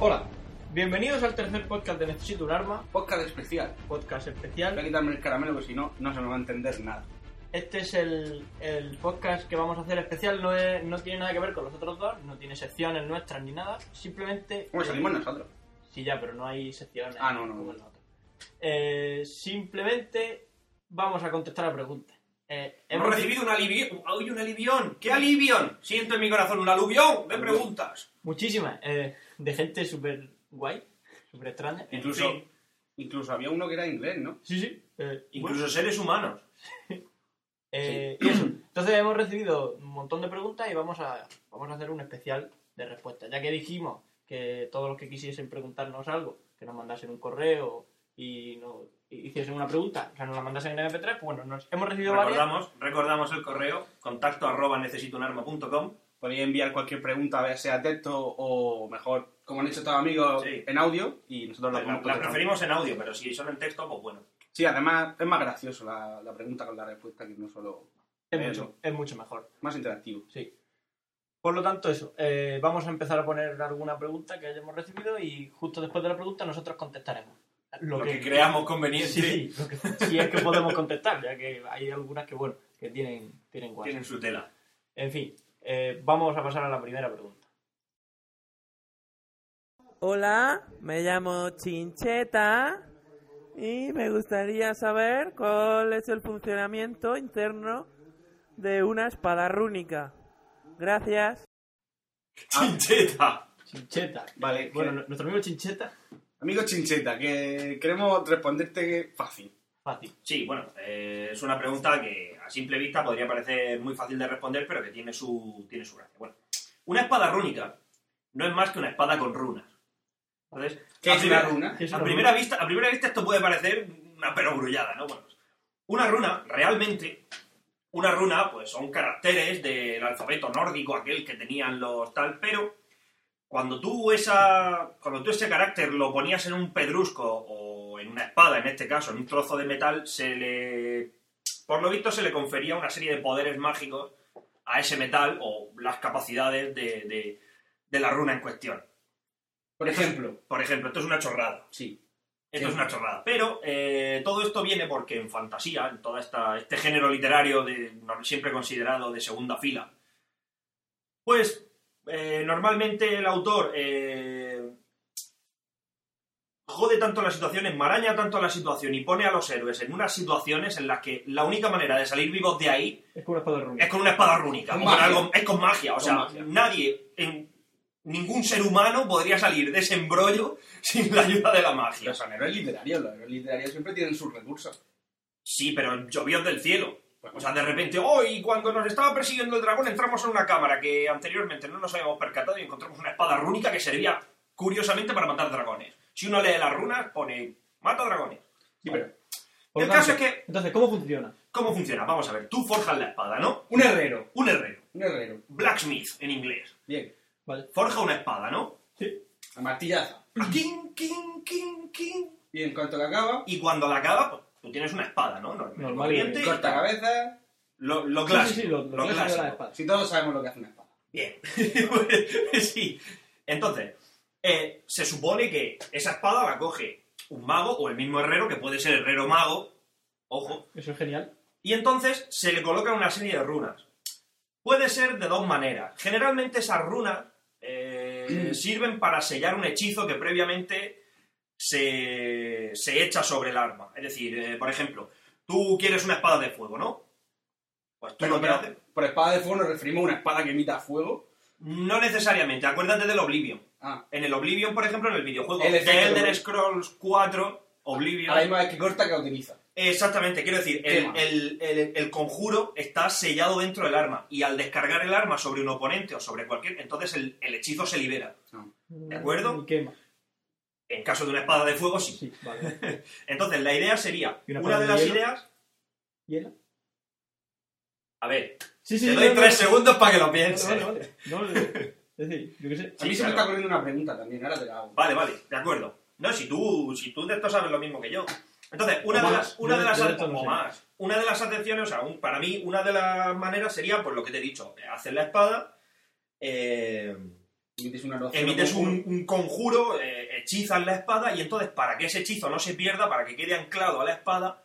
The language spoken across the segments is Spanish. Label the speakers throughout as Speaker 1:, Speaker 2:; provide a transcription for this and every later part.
Speaker 1: Hola, bienvenidos al tercer podcast de Necesito un arma,
Speaker 2: Podcast especial.
Speaker 1: podcast
Speaker 2: Voy a
Speaker 1: especial.
Speaker 2: quitarme el caramelo porque si no, no se me va a entender nada.
Speaker 1: Este es el, el podcast que vamos a hacer especial, no, es- no tiene nada que ver con los otros dos, no tiene secciones nuestras ni nada, simplemente...
Speaker 2: Bueno, salimos nosotros.
Speaker 1: Sí, ya, pero no hay secciones.
Speaker 2: Ah, no, no.
Speaker 1: como en la otra. Eh, simplemente vamos a contestar a preguntas. Eh,
Speaker 3: Hemos recibido un alivión. ¡Ay, un alivión! ¡Qué alivión! Siento en mi corazón un aluvión de preguntas.
Speaker 1: muchísimas eh, de gente súper guay, súper extraña.
Speaker 2: Incluso,
Speaker 3: Sí.
Speaker 2: incluso había uno que era inglés, ¿no?
Speaker 1: Sí, sí. eh,
Speaker 3: Incluso seres humanos.
Speaker 1: Eh, y eso. Entonces hemos recibido un montón de preguntas y vamos a, vamos a hacer un especial de respuestas. Ya que dijimos que todos los que quisiesen preguntarnos algo, que nos mandasen un correo y no y hiciesen una pregunta, o sea, nos la mandasen en MP3, pues bueno, nos, hemos recibido varias.
Speaker 3: Recordamos, recordamos el correo contacto arroba necesitounarma.com.
Speaker 2: Podéis enviar cualquier pregunta, a sea texto o mejor, como han hecho todos amigos,
Speaker 3: Sí.
Speaker 2: en audio y nosotros la,
Speaker 3: La, la
Speaker 2: podemos contestar.
Speaker 3: preferimos en audio, pero si son en texto, pues bueno.
Speaker 2: Sí, además es más gracioso la, la pregunta con la respuesta que no solo
Speaker 1: Es mucho, es mucho mejor,
Speaker 2: más interactivo.
Speaker 1: sí. Por lo tanto, eso. eh, vamos a empezar a poner alguna pregunta que hayamos recibido y justo después de la pregunta nosotros contestaremos.
Speaker 3: Lo que creamos conveniente
Speaker 1: Sí, sí, lo que- si es que podemos contestar, ya que hay algunas que, bueno, que tienen, tienen guasa.
Speaker 3: tienen su tela.
Speaker 1: En fin, eh, vamos a pasar a la primera pregunta.
Speaker 4: Hola, me llamo Chincheta y me gustaría saber cuál es el funcionamiento interno de una espada rúnica. Gracias.
Speaker 3: Ah. ¡Chincheta!
Speaker 1: Chincheta.
Speaker 2: Vale,
Speaker 1: Bueno,
Speaker 2: que-
Speaker 1: nu- nuestro amigo Chincheta,
Speaker 2: amigo Chincheta, que queremos responderte fácil.
Speaker 1: fácil.
Speaker 3: Sí, bueno, eh, es una pregunta que a simple vista podría parecer muy fácil de responder, pero que tiene su, tiene su gracia. Bueno, una espada rúnica no es más que una espada con runas. Entonces,
Speaker 2: ¿Qué
Speaker 3: a
Speaker 2: es
Speaker 3: primera-
Speaker 2: una runa?
Speaker 1: ¿Qué es
Speaker 3: a
Speaker 1: una
Speaker 3: primera,
Speaker 1: runa?
Speaker 3: vista, a primera vista esto puede parecer una perogrullada, ¿no? Bueno, una runa, realmente, una runa, pues son caracteres del alfabeto nórdico, aquel que tenían los tal, pero cuando tú, esa, cuando tú ese carácter lo ponías en un pedrusco o en una espada, en este caso, en un trozo de metal, se le... Por lo visto se le confería una serie de poderes mágicos a ese metal o las capacidades de, de- de la runa en cuestión.
Speaker 2: Por ejemplo,
Speaker 3: Por ejemplo, esto es una chorrada.
Speaker 2: sí.
Speaker 3: Esto
Speaker 2: Sí.
Speaker 3: es una chorrada. Pero eh, todo esto viene porque en fantasía, en todo esta, este género literario de, no- siempre considerado de segunda fila, pues eh, normalmente el autor eh, jode tanto la situación, enmaraña tanto la situación y pone a los héroes en unas situaciones en las que la única manera de salir vivos de ahí
Speaker 1: Es como una espada rubia.
Speaker 3: es con una espada rúnica.
Speaker 2: Con
Speaker 3: o con
Speaker 2: magia.
Speaker 3: algo- es con magia. O
Speaker 2: Con
Speaker 3: sea,
Speaker 2: magia.
Speaker 3: nadie, en- ningún ser humano podría salir de ese embrollo sin la ayuda de la magia.
Speaker 2: Pero son héroes literarios, los héroes literarios siempre tienen sus recursos.
Speaker 3: Sí, pero llovió del cielo.
Speaker 2: Bueno,
Speaker 3: O sea, de repente, hoy cuando nos estaba persiguiendo el dragón entramos en una cámara que anteriormente no nos habíamos percatado y encontramos una espada rúnica que servía curiosamente para matar dragones. Si uno lee las runas, pone mata dragones.
Speaker 2: sí, pero
Speaker 1: Por
Speaker 3: el
Speaker 1: tanto,
Speaker 3: caso es que-
Speaker 1: Entonces, ¿cómo funciona?
Speaker 3: ¿Cómo funciona? Vamos a ver, tú forjas la espada, ¿no?
Speaker 2: un herrero,
Speaker 3: Un herrero,
Speaker 2: un herrero.
Speaker 3: blacksmith en inglés,
Speaker 2: Bien,
Speaker 1: Vale.
Speaker 3: forja una espada, ¿no?
Speaker 1: Sí.
Speaker 2: la martillaza.
Speaker 3: Ah, ¡Kin, kin, kin, kin!
Speaker 2: Y en cuanto que acaba,
Speaker 3: Y cuando la acaba, pues, tú tienes una espada, ¿no? Normal,
Speaker 1: Normal,
Speaker 3: corriente,
Speaker 2: corta cabeza.
Speaker 3: Lo, lo
Speaker 1: Sí,
Speaker 3: clásico.
Speaker 1: sí, sí, lo, lo clásico de la espada.
Speaker 2: Si todos sabemos lo que hace una espada.
Speaker 3: Bien. sí. Entonces, eh, se supone que esa espada la coge un mago o el mismo herrero, que puede ser herrero mago, ojo,
Speaker 1: Eso es genial.
Speaker 3: y entonces se le colocan una serie de runas. Puede ser de dos maneras. Generalmente esas runas eh, sirven para sellar un hechizo que previamente se, se echa sobre el arma. Es decir, eh, por ejemplo, tú quieres una espada de fuego, ¿no? Pues tú
Speaker 2: Pero,
Speaker 3: lo que haces...
Speaker 2: pero por espada de fuego nos referimos a una espada que emita fuego.
Speaker 3: No necesariamente, acuérdate del Oblivion.
Speaker 2: Ah,
Speaker 3: En el Oblivion, por ejemplo, en el videojuego
Speaker 2: El
Speaker 3: de
Speaker 2: efecto
Speaker 3: Elder
Speaker 2: Oblivion.
Speaker 3: Scrolls 4,
Speaker 2: a la
Speaker 3: Oblivion.
Speaker 2: misma vez que corta que utiliza.
Speaker 3: Exactamente, quiero decir, el,
Speaker 2: Quema.
Speaker 3: el- el- el conjuro está sellado dentro del arma y al descargar el arma sobre un oponente o sobre cualquier, entonces el, el hechizo se libera.
Speaker 1: ¿De
Speaker 3: acuerdo?
Speaker 1: Y quema.
Speaker 3: En caso de una espada de fuego, sí.
Speaker 1: Sí, vale.
Speaker 3: Entonces, la idea sería,
Speaker 1: ¿Y una
Speaker 3: una,
Speaker 1: espada
Speaker 3: de
Speaker 1: de
Speaker 3: las
Speaker 1: hielo?
Speaker 3: ideas...
Speaker 1: ¿Hiela?
Speaker 3: A ver,
Speaker 1: Sí, sí.
Speaker 3: te
Speaker 1: sí,
Speaker 3: doy
Speaker 1: no,
Speaker 3: tres
Speaker 1: no,
Speaker 3: segundos para que lo
Speaker 1: no,
Speaker 3: pienses.
Speaker 1: Vale, vale. No, no, no. es decir, yo qué sé.
Speaker 2: A mí
Speaker 3: Sí,
Speaker 2: se me
Speaker 3: claro.
Speaker 2: está ocurriendo una pregunta también, ahora te la hago.
Speaker 3: Vale, vale, de acuerdo. No, si tú, si tú de esto sabes lo mismo que yo. Entonces, una
Speaker 1: O
Speaker 3: de
Speaker 1: más.
Speaker 3: las, una
Speaker 1: Yo
Speaker 3: de
Speaker 1: de-
Speaker 3: las,
Speaker 1: yo de
Speaker 3: o
Speaker 1: esto no sé.
Speaker 3: más, una de las atenciones, o sea, un- para mí, una de las maneras sería, pues lo que te he dicho, hacer la espada, eh,
Speaker 2: Emites una oración.
Speaker 3: emites
Speaker 2: conjuro.
Speaker 3: un, un conjuro, eh, hechizas la espada y entonces para que ese hechizo no se pierda, para que quede anclado a la espada,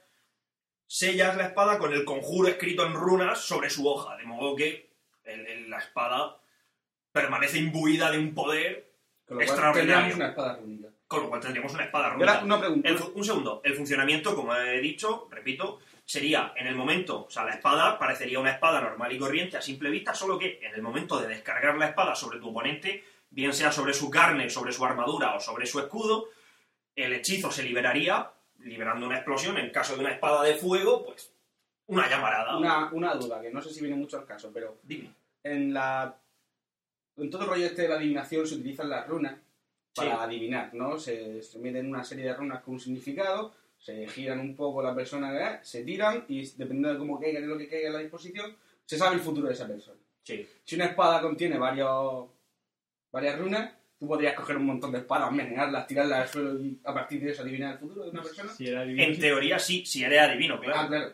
Speaker 3: sellas la espada con el conjuro escrito en runas sobre su hoja, de modo que el- el- la espada permanece imbuida de un poder,
Speaker 2: Con lo cual,
Speaker 3: extraordinario.
Speaker 2: teníamos una espada rúnica.
Speaker 3: con lo cual tendríamos una espada
Speaker 2: Yo
Speaker 3: runa.
Speaker 2: la- una pregunta.
Speaker 3: El fu- un segundo, el funcionamiento, como he dicho, repito, sería en el momento, o sea, la espada parecería una espada normal y corriente a simple vista, solo que en el momento de descargar la espada sobre tu oponente, bien sea sobre su carne, sobre su armadura o sobre su escudo, el hechizo se liberaría, liberando una explosión, en caso de una espada de fuego, pues una llamarada.
Speaker 2: Una, una duda, que no sé si viene mucho al caso, pero
Speaker 3: Dime.
Speaker 2: en la en todo el rollo este de la adivinación se utilizan las runas para
Speaker 3: Sí.
Speaker 2: adivinar, ¿no? Se, se meten una serie de runas con un significado, se giran un poco la persona, ¿eh? se tiran y dependiendo de cómo caiga, de lo que caiga a la disposición, se sabe el futuro de esa persona.
Speaker 3: Sí.
Speaker 2: Si una espada contiene varios, varias runas, tú podrías coger un montón de espadas, menearlas, tirarlas al suelo y a partir de eso adivinar el futuro de una persona.
Speaker 1: Si era divino,
Speaker 3: En
Speaker 1: sí.
Speaker 3: teoría sí, si eres adivino, claro.
Speaker 2: Ah, claro.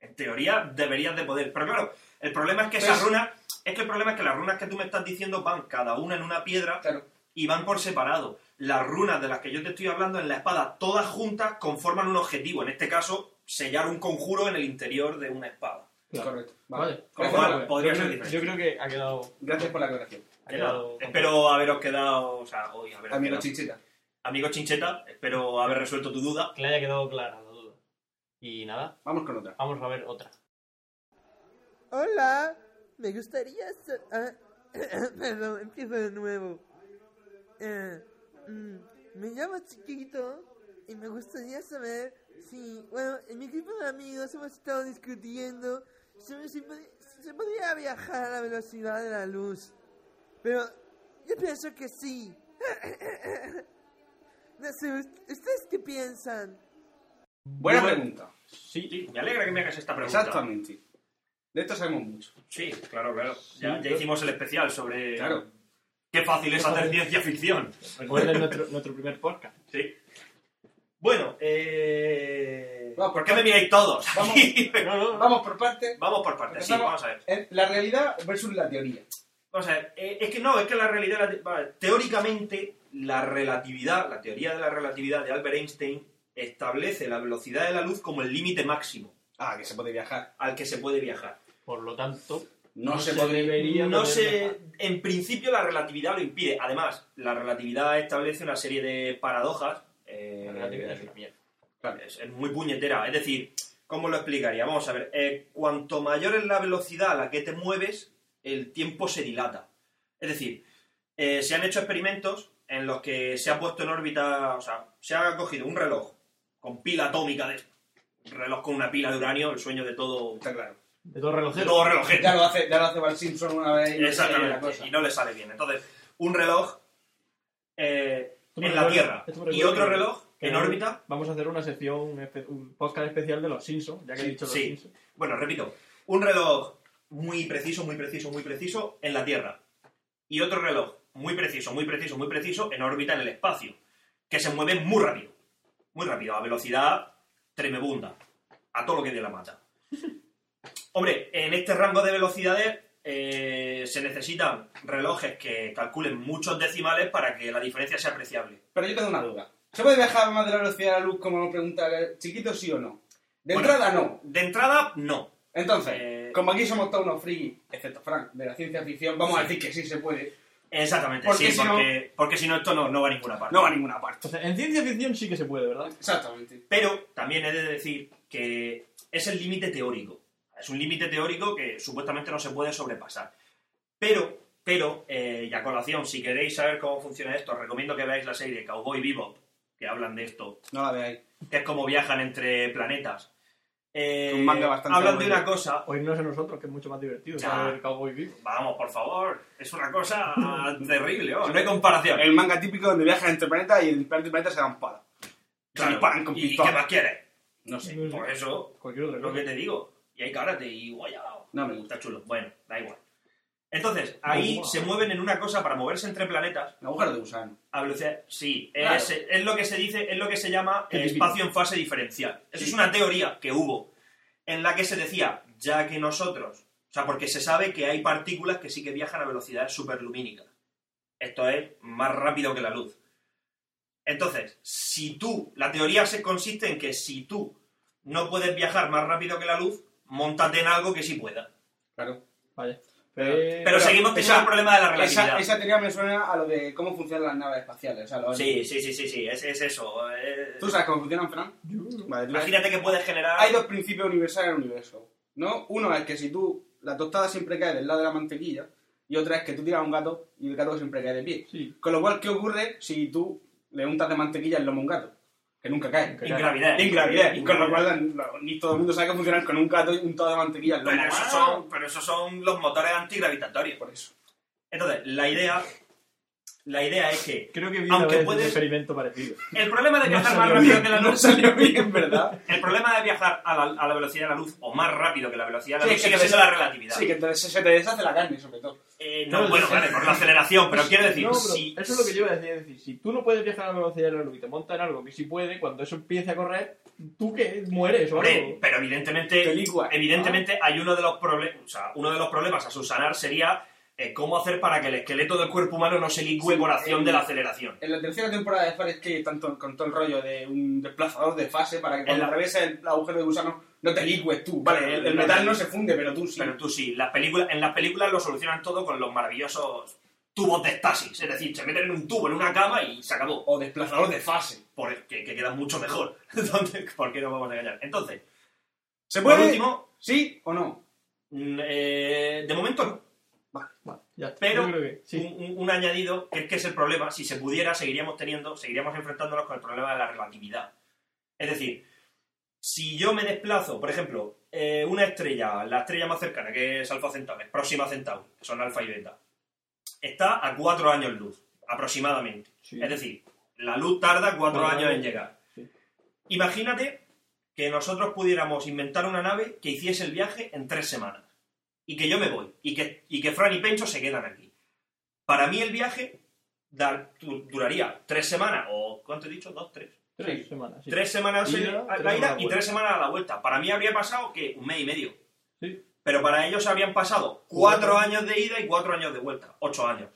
Speaker 3: En teoría deberías de poder. Pero claro, el problema es que
Speaker 2: Pues-
Speaker 3: esas runas. Es que el problema es que las runas que tú me estás diciendo van cada una en una piedra
Speaker 2: Ah, Claro.
Speaker 3: y van por separado. Las runas de las que yo te estoy hablando en la espada, todas juntas conforman un objetivo. En este caso, sellar un conjuro en el interior de una espada.
Speaker 1: Claro.
Speaker 2: Correcto.
Speaker 1: Vale.
Speaker 2: Gracias,
Speaker 3: Con lo cual,
Speaker 2: por-
Speaker 3: podría
Speaker 1: yo,
Speaker 3: ser
Speaker 1: creo-
Speaker 3: diferente.
Speaker 1: yo creo que ha quedado.
Speaker 2: gracias por la aclaración.
Speaker 1: Ha quedado
Speaker 3: Espero haberos quedado. O sea, hoy haberos
Speaker 2: También
Speaker 3: quedado-
Speaker 2: los chinchetas.
Speaker 3: Amigo Chincheta, espero haber resuelto tu duda.
Speaker 1: que le haya quedado clara la duda. Y nada,
Speaker 2: Vamos con otra.
Speaker 1: vamos a ver otra.
Speaker 4: Hola, me gustaría... sa- ah, perdón, empiezo de nuevo. Eh, mm, me llamo Chiquito y me gustaría saber si... Bueno, en mi equipo de amigos hemos estado discutiendo sobre si, pod- si se podría viajar a la velocidad de la luz. Pero yo pienso que sí. No sé, ¿ust- ¿ustedes qué piensan?
Speaker 2: Buena
Speaker 1: Bueno,
Speaker 2: pregunta.
Speaker 1: Sí,
Speaker 3: Sí, me alegra que me hagas esta pregunta.
Speaker 2: Exactamente. De esto sabemos mucho.
Speaker 3: Sí, claro, claro. Ya,
Speaker 1: Sí,
Speaker 3: ya
Speaker 1: yo-
Speaker 3: hicimos el especial sobre.
Speaker 2: Claro.
Speaker 3: Qué fácil es
Speaker 1: Qué
Speaker 3: hacer
Speaker 1: fácil.
Speaker 3: ciencia ficción.
Speaker 1: recuerden pues nuestro, nuestro primer podcast.
Speaker 3: Sí. Bueno, eh...
Speaker 2: Vamos,
Speaker 3: ¿por qué me miráis todos?
Speaker 2: Vamos.
Speaker 1: No, no, no.
Speaker 2: Vamos por partes.
Speaker 3: Vamos por partes, sí,
Speaker 2: Empezamos.
Speaker 3: vamos a ver.
Speaker 2: En La realidad versus la teoría.
Speaker 3: Vamos a ver, eh, es que no, es que la realidad, la te- vale, teóricamente, la relatividad, la teoría de la relatividad de Albert Einstein establece la velocidad de la luz como el límite máximo
Speaker 2: Ah, que se puede viajar.
Speaker 3: al que se puede viajar.
Speaker 1: Por lo tanto,
Speaker 2: No,
Speaker 1: No
Speaker 2: se,
Speaker 1: se
Speaker 2: puede
Speaker 1: debe- Debería
Speaker 3: No
Speaker 1: poder
Speaker 3: sé,
Speaker 1: viajar.
Speaker 3: en principio la relatividad lo impide. Además, la relatividad establece una serie de paradojas. eh,
Speaker 1: la relatividad es una mierda.
Speaker 3: Es, es muy puñetera. Es decir, ¿cómo lo explicaría? Vamos a ver. eh, cuanto mayor es la velocidad a la que te mueves, el tiempo se dilata. Es decir, eh, se han hecho experimentos en los que se ha puesto en órbita, o sea, se ha cogido un reloj con pila atómica, de, un reloj con una pila de uranio, el sueño de todo,
Speaker 2: Está claro.
Speaker 1: De todo
Speaker 3: de
Speaker 1: relojero.
Speaker 3: todo relojero.
Speaker 2: Ya lo hace, ya lo hace Bart Simpson una vez. y no se sabe la
Speaker 3: Exactamente,
Speaker 2: cosa.
Speaker 3: y no le sale bien. Entonces, un reloj eh,
Speaker 1: Esto me
Speaker 3: en la
Speaker 1: recuerda-
Speaker 3: Tierra
Speaker 1: esto me
Speaker 3: y
Speaker 1: recuerda
Speaker 3: otro
Speaker 1: que-
Speaker 3: reloj
Speaker 1: que
Speaker 3: en
Speaker 1: vamos-
Speaker 3: órbita.
Speaker 1: Vamos a hacer una sección, un, espe- un podcast especial de los Simpsons, ya que he dicho los
Speaker 3: sí.
Speaker 1: Simpsons.
Speaker 3: Bueno, repito, un reloj muy preciso, muy preciso, muy preciso en la Tierra. Y otro reloj muy preciso, muy preciso, muy preciso en órbita en el espacio. Que se mueve muy rápido. Muy rápido, a velocidad tremebunda. A todo lo que dé la mata. Hombre, en este rango de velocidades eh, se necesitan relojes que calculen muchos decimales para que la diferencia sea apreciable.
Speaker 2: Pero yo tengo una duda. ¿Se puede viajar más de la velocidad de la luz como nos pregunta el chiquito, sí o no? De
Speaker 3: Bueno.
Speaker 2: entrada, no.
Speaker 3: De entrada, no.
Speaker 2: Entonces,
Speaker 3: Eh,
Speaker 2: como aquí somos todos unos frikis, excepto Frank, de la ciencia ficción, vamos a decir que sí se puede.
Speaker 3: Exactamente,
Speaker 2: Porque
Speaker 3: sí,
Speaker 2: si no-
Speaker 3: porque, porque si no esto no, no va a ninguna parte.
Speaker 2: No va a ninguna parte.
Speaker 1: Entonces, en ciencia ficción sí que se puede, ¿verdad?
Speaker 2: Exactamente.
Speaker 3: Pero también he de decir que es el límite teórico. Es un límite teórico que supuestamente no se puede sobrepasar. Pero, pero, eh, y a colación, si queréis saber cómo funciona esto, os recomiendo que veáis la serie Cowboy Bebop, que hablan de esto,
Speaker 2: No la veáis.
Speaker 3: que es cómo viajan entre planetas. Eh,
Speaker 2: Un manga bastante
Speaker 3: hablan de
Speaker 2: aburrido.
Speaker 3: una cosa.
Speaker 1: Oírnos a nosotros, que es mucho más divertido.
Speaker 3: Ya.
Speaker 1: saber el cowboy vivo.
Speaker 3: Vamos, por favor, es una cosa terrible, vamos, no hay comparación.
Speaker 2: El manga típico donde viajan entre planetas y entre planetas se dan palas.
Speaker 3: Claro,
Speaker 2: pan con
Speaker 3: ¿Y
Speaker 2: pipa.
Speaker 3: qué más quieres?
Speaker 2: No sé.
Speaker 3: Por eso,
Speaker 1: Cualquier otro
Speaker 3: Es lo
Speaker 1: reloj.
Speaker 3: que te digo. Y hay karate y guayao.
Speaker 2: No me gusta.
Speaker 3: Está chulo. Bueno, da igual. Entonces, ahí
Speaker 1: Guau.
Speaker 3: se mueven en una cosa para moverse entre planetas
Speaker 2: Un agujero de gusano.
Speaker 3: a velocidad. Sí,
Speaker 2: Claro.
Speaker 3: es, es lo que se dice, es lo que se llama
Speaker 2: Qué
Speaker 3: eh,
Speaker 2: típico.
Speaker 3: espacio en fase diferencial. Eso
Speaker 2: Sí.
Speaker 3: es una teoría que hubo en la que se decía, ya que nosotros. O sea, porque se sabe que hay partículas que sí que viajan a velocidades superlumínicas. Esto es más rápido que la luz. Entonces, si tú, la teoría se consiste en que si tú no puedes viajar más rápido que la luz, montate en algo que sí pueda.
Speaker 2: Claro.
Speaker 1: Vale.
Speaker 2: Pero,
Speaker 1: Eh,
Speaker 3: Pero seguimos teniendo el problema de la relatividad.
Speaker 2: Esa, esa teoría me suena a lo de cómo funcionan las naves espaciales. O sea, lo-
Speaker 3: Sí, sí, sí, sí, sí, es, es eso. eh.
Speaker 2: ¿Tú sabes cómo funcionan, Fran? Vale, tú sabes.
Speaker 3: Imagínate que puedes generar...
Speaker 2: Hay dos principios universales en el universo. ¿no? Uno es que si tú, la tostada siempre cae del lado de la mantequilla, y otra es que tú tiras a un gato y el gato siempre cae de pie.
Speaker 1: Sí.
Speaker 2: Con lo cual, ¿qué ocurre si tú le untas de mantequilla el lomo a un gato? Que nunca cae.
Speaker 3: Ingravidez.
Speaker 2: Ingravidez. Con lo cual, no- ni todo el mundo sabe que funcionan con un gato untado de mantequilla el lomo.
Speaker 3: Pero esos son, pero esos son los motores antigravitatorios.
Speaker 2: Por eso.
Speaker 3: Entonces, la idea, la idea es que
Speaker 1: Creo que vi
Speaker 3: Aunque
Speaker 1: una vez un
Speaker 3: puedes-
Speaker 1: experimento parecido.
Speaker 3: el problema de
Speaker 1: No
Speaker 3: viajar más
Speaker 1: salió
Speaker 3: rápido que la
Speaker 2: No
Speaker 3: luz,
Speaker 2: salió bien, ¿verdad?
Speaker 3: el problema de viajar a la, a la velocidad de la luz o más rápido que la velocidad de la
Speaker 2: Sí,
Speaker 3: luz,
Speaker 2: que
Speaker 3: sigue
Speaker 2: te-
Speaker 3: siendo la relatividad.
Speaker 2: Sí, que te- se se te deshace la carne, sobre todo.
Speaker 3: Eh, no,
Speaker 1: No,
Speaker 3: bueno,
Speaker 1: es-
Speaker 3: vale, por la aceleración, pero quiero decir,
Speaker 1: No, pero
Speaker 3: si,
Speaker 1: Eso es lo que yo decía. Es decir, si tú no puedes viajar a la velocidad de la luz y te montan algo que sí puede, cuando eso empiece a correr, tú que mueres o
Speaker 3: Hombre,
Speaker 1: algo.
Speaker 3: pero evidentemente,
Speaker 2: Película.
Speaker 3: evidentemente hay uno de los problemas, o sea, uno de los problemas a subsanar sería eh, cómo hacer para que el esqueleto del cuerpo humano no se licue
Speaker 2: Sí,
Speaker 3: por acción
Speaker 2: eh,
Speaker 3: de la aceleración.
Speaker 2: En la tercera temporada de Fares que tanto con todo el rollo de un desplazador de fase para que
Speaker 3: En
Speaker 2: cuando
Speaker 3: la-
Speaker 2: atravieses el agujero de gusano no te licues tú. Vale, el, el
Speaker 3: Claro,
Speaker 2: metal
Speaker 3: claro.
Speaker 2: no se funde, pero tú sí.
Speaker 3: Pero tú sí, las películas, en las películas lo solucionan todo con los maravillosos tubos de estasis, es decir, se meten en un tubo, en una cama y se acabó,
Speaker 2: O desplazador de fase.
Speaker 3: por- que, que queda mucho mejor. Entonces, ¿por qué nos vamos a engañar? Entonces,
Speaker 2: ¿Se
Speaker 3: por
Speaker 2: puede?
Speaker 3: último,
Speaker 2: ¿Sí o no?
Speaker 3: mm, eh, de momento no.
Speaker 1: Vale, ya está.
Speaker 3: Pero
Speaker 1: Yo creo que sí.
Speaker 3: un, un- un añadido que es que es el problema. Si se pudiera, seguiríamos teniendo, seguiríamos enfrentándonos con el problema de la relatividad. Es decir, si yo me desplazo, por ejemplo, eh, una estrella, la estrella más cercana, que es Alfa Centauri, es Próxima Centauri, que son Alfa y Beta, está a cuatro años luz, aproximadamente.
Speaker 1: Sí.
Speaker 3: Es decir, la luz tarda cuatro
Speaker 1: Cuatro
Speaker 3: años en
Speaker 1: años.
Speaker 3: llegar.
Speaker 1: Sí.
Speaker 3: Imagínate que nosotros pudiéramos inventar una nave que hiciese el viaje en tres semanas. Y que yo me voy. Y que, y que Fran y Pencho se quedan aquí. Para mí el viaje dar- du- duraría tres semanas. ¿O cuánto he dicho? Dos, tres.
Speaker 1: Tres semanas. sí.
Speaker 3: Tres semanas
Speaker 1: Ida,
Speaker 3: en-
Speaker 1: tres
Speaker 3: a la
Speaker 1: semanas
Speaker 3: ida y
Speaker 1: vuelta.
Speaker 3: tres semanas a la vuelta. Para mí habría pasado que un mes y medio.
Speaker 1: Sí.
Speaker 3: Pero para ellos habrían pasado cuatro
Speaker 1: Cuatro.
Speaker 3: años de ida y cuatro años de vuelta. Ocho años.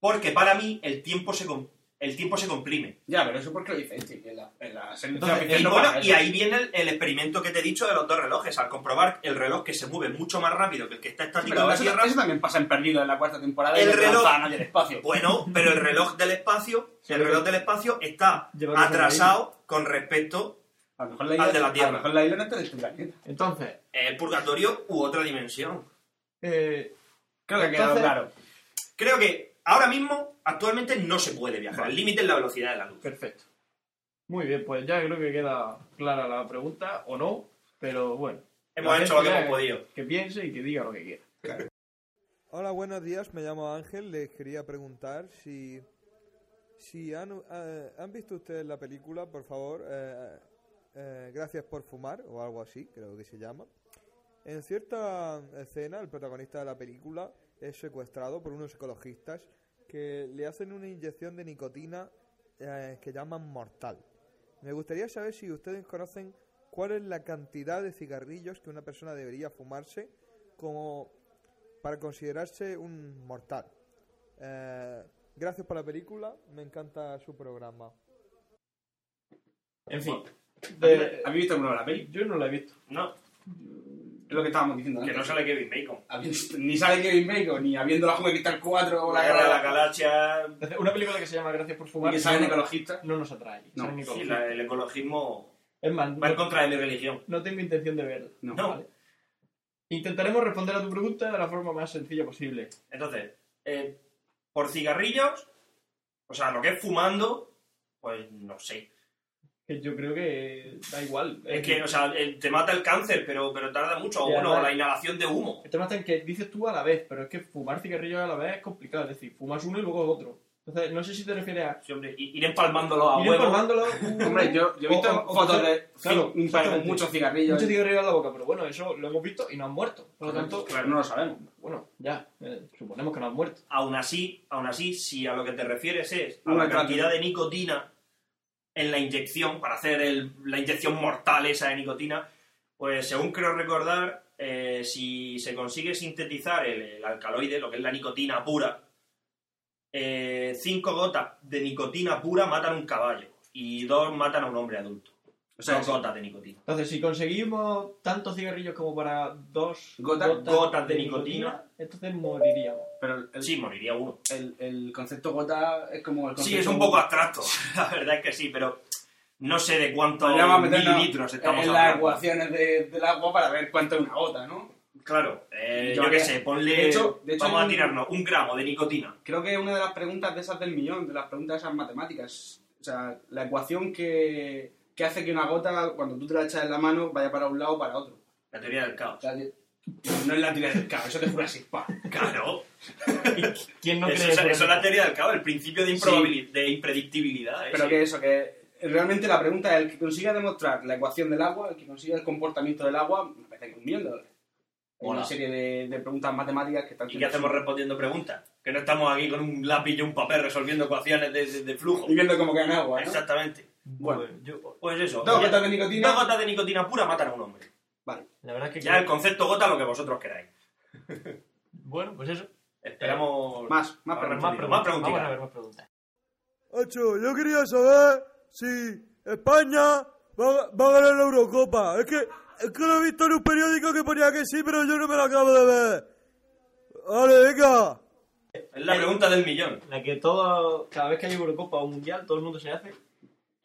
Speaker 3: Porque para mí el tiempo se, com- el tiempo se comprime.
Speaker 2: Ya, pero eso porque lo dice este, que en la, en la serie
Speaker 1: Entonces,
Speaker 2: oficial
Speaker 3: Y,
Speaker 2: no
Speaker 3: bueno,
Speaker 2: pasa
Speaker 3: y
Speaker 2: eso.
Speaker 3: ahí viene el, el experimento que te he dicho de los dos relojes. Al comprobar el reloj que se mueve mucho más rápido que el que está estático en
Speaker 2: Pero
Speaker 3: la
Speaker 2: eso,
Speaker 3: Tierra,
Speaker 2: eso también pasa en Perdido en la cuarta temporada.
Speaker 3: El
Speaker 2: y
Speaker 3: reloj-
Speaker 2: Tanzana del espacio.
Speaker 3: pues bueno, pero el reloj del espacio, el reloj del espacio está
Speaker 1: Llevarlo
Speaker 3: atrasado con respecto
Speaker 2: A lo mejor la
Speaker 3: al
Speaker 2: isla,
Speaker 3: de la
Speaker 2: a lo
Speaker 3: Tierra.
Speaker 2: mejor la isla no está de tu planeta.
Speaker 1: Entonces,
Speaker 3: al eh, purgatorio u otra dimensión.
Speaker 1: eh,
Speaker 2: Creo que ha quedado
Speaker 1: Entonces-
Speaker 2: claro.
Speaker 3: Creo que ahora mismo, actualmente, no se puede viajar. El límite es la velocidad de la luz.
Speaker 1: perfecto. Muy bien, pues ya creo que queda clara la pregunta, o no, pero bueno.
Speaker 3: Hemos
Speaker 1: La
Speaker 3: hecho lo
Speaker 1: gente
Speaker 3: que
Speaker 1: ya
Speaker 3: hemos podido.
Speaker 1: Que piense y que diga lo que quiera.
Speaker 5: Hola, buenos días, me llamo Ángel. Les quería preguntar si, si han, eh, ¿han visto ustedes la película, por favor, eh, eh, Gracias por fumar, o algo así, creo que se llama. En cierta escena, el protagonista de la película es secuestrado por unos ecologistas que le hacen una inyección de nicotina eh, que llaman mortal. Me gustaría saber si ustedes conocen cuál es la cantidad de cigarrillos que una persona debería fumarse como para considerarse un mortal. Eh, gracias por la película, me encanta su programa.
Speaker 1: En fin.
Speaker 2: ¿Habéis
Speaker 3: eh,
Speaker 1: de-
Speaker 2: habéis visto alguna de la peli?
Speaker 1: yo no la he visto.
Speaker 3: No,
Speaker 2: Es lo que estábamos diciendo
Speaker 3: que
Speaker 2: antes.
Speaker 3: no sale Kevin Bacon.
Speaker 2: Habiendo- ni sale Kevin Bacon, ni habiendo la Juego de Cristal 4 o
Speaker 3: La guerra de la galaxia.
Speaker 1: Entonces, Una película que se llama Gracias por fumar
Speaker 2: que salen
Speaker 1: no,
Speaker 2: ecologistas.
Speaker 1: no nos atrae.
Speaker 2: No,
Speaker 1: salen
Speaker 3: Sí,
Speaker 1: ecologistas.
Speaker 3: la- el ecologismo
Speaker 1: Es más,
Speaker 3: va en
Speaker 1: no,
Speaker 3: contra de mi religión.
Speaker 1: no tengo intención de verla.
Speaker 2: No.
Speaker 3: No.
Speaker 1: Vale. Intentaremos responder a tu pregunta de la forma más sencilla posible.
Speaker 3: Entonces, eh, por cigarrillos, o sea, lo que es fumando, pues no sé.
Speaker 1: Que yo creo que da igual.
Speaker 3: Es que, o sea, eh, te mata el cáncer, pero, pero tarda mucho. O
Speaker 1: Ya,
Speaker 3: bueno,
Speaker 1: vale.
Speaker 3: la inhalación de humo.
Speaker 1: El tema está en que dices tú a la vez, pero es que fumar cigarrillos a la vez es complicado. Es decir, fumas uno y luego otro. Entonces, no sé si te refieres a
Speaker 3: Sí, hombre, i- ir empalmándolo a
Speaker 1: ir
Speaker 3: huevo.
Speaker 1: formándolo.
Speaker 2: Hombre, yo, yo he visto
Speaker 1: O- o-
Speaker 2: fotos de
Speaker 1: claro,
Speaker 2: un par con
Speaker 1: exactamente.
Speaker 2: muchos cigarrillos.
Speaker 1: Mucho cigarrillo en la boca, pero bueno, eso lo hemos visto y no han muerto. Por lo tanto,
Speaker 2: claro, no lo sabemos.
Speaker 1: bueno, ya, eh, suponemos que no han muerto.
Speaker 3: Aún así, aún así, si a lo que te refieres es a
Speaker 2: Una
Speaker 3: la cantidad
Speaker 2: cantidad.
Speaker 3: de nicotina en la inyección, para hacer el- la inyección mortal esa de nicotina, pues según creo recordar, eh, si se consigue sintetizar el, el alcaloide, lo que es la nicotina pura, eh, cinco gotas de nicotina pura matan un caballo y dos matan a un hombre adulto.
Speaker 2: O sea,
Speaker 3: dos
Speaker 2: sí.
Speaker 3: gotas de nicotina.
Speaker 1: Entonces, si conseguimos tantos cigarrillos como para dos
Speaker 2: Gota-
Speaker 3: gotas de nicotina,
Speaker 1: entonces moriríamos.
Speaker 2: Pero el,
Speaker 3: Sí, moriría uno.
Speaker 2: el, el concepto gota es como el concepto...
Speaker 3: Sí, es un poco abstracto. La verdad es que sí, pero no sé de cuántos
Speaker 2: Podríamos meternos
Speaker 3: mililitros estamos
Speaker 2: en las
Speaker 3: hablando.
Speaker 2: ecuaciones de- del agua para ver cuánto es una gota, ¿no?
Speaker 3: Claro, eh,
Speaker 2: Yo
Speaker 3: yo qué
Speaker 2: haría-
Speaker 3: sé, ponle.
Speaker 2: De hecho- de hecho
Speaker 3: vamos
Speaker 2: hay
Speaker 3: a
Speaker 2: un-
Speaker 3: tirarnos un gramo de nicotina.
Speaker 2: Creo que es una de las preguntas de esas del millón, de las preguntas esas matemáticas. O sea, la ecuación que, que hace que una gota, cuando tú te la echas en la mano, vaya para un lado o para otro.
Speaker 3: La teoría del
Speaker 2: O
Speaker 3: caos.
Speaker 2: sea, que- no es la teoría del caos, eso te juro así, pa.
Speaker 3: Claro.
Speaker 1: ¿Quién no
Speaker 3: eso,
Speaker 1: cree
Speaker 3: es-
Speaker 1: por
Speaker 3: eso es
Speaker 1: eso?
Speaker 3: la teoría del caos, el principio de, improbabili- de impredictibilidad. ¿eh?
Speaker 2: Pero
Speaker 3: Sí.
Speaker 2: que eso, que realmente la pregunta es, el que consiga demostrar la ecuación del agua, el que consiga el comportamiento del agua, me parece que es un millón de dólares. Hay
Speaker 3: Mola.
Speaker 2: una serie de, de preguntas matemáticas que están...
Speaker 3: ¿Y qué hacemos respondiendo preguntas? Que no estamos aquí con un lápiz y un papel resolviendo ecuaciones de, de- de flujo.
Speaker 2: Y viendo cómo caen agua, ¿no?
Speaker 3: Exactamente.
Speaker 2: Bueno.
Speaker 1: Bueno, yo-
Speaker 3: Pues eso.
Speaker 2: Dos
Speaker 3: oye,
Speaker 2: gotas de nicotina.
Speaker 3: dos gotas de nicotina pura matan a un hombre.
Speaker 2: Vale.
Speaker 1: la verdad es que...
Speaker 3: Ya el concepto gota lo que vosotros queráis.
Speaker 1: Bueno, pues eso.
Speaker 3: Esperamos.
Speaker 2: Más, más
Speaker 3: Ahora
Speaker 2: preguntas.
Speaker 3: Más
Speaker 1: Más
Speaker 3: preguntas.
Speaker 1: preguntas. Vamos a ver más preguntas.
Speaker 5: Ocho, yo quería saber si España va, va a ganar la Eurocopa. Es que, es que lo he visto en un periódico que ponía que sí, pero yo no me lo acabo de ver. Vale, venga.
Speaker 3: Es la pregunta del millón.
Speaker 1: La que todo... Cada vez que hay Eurocopa o Mundial, todo el mundo se hace.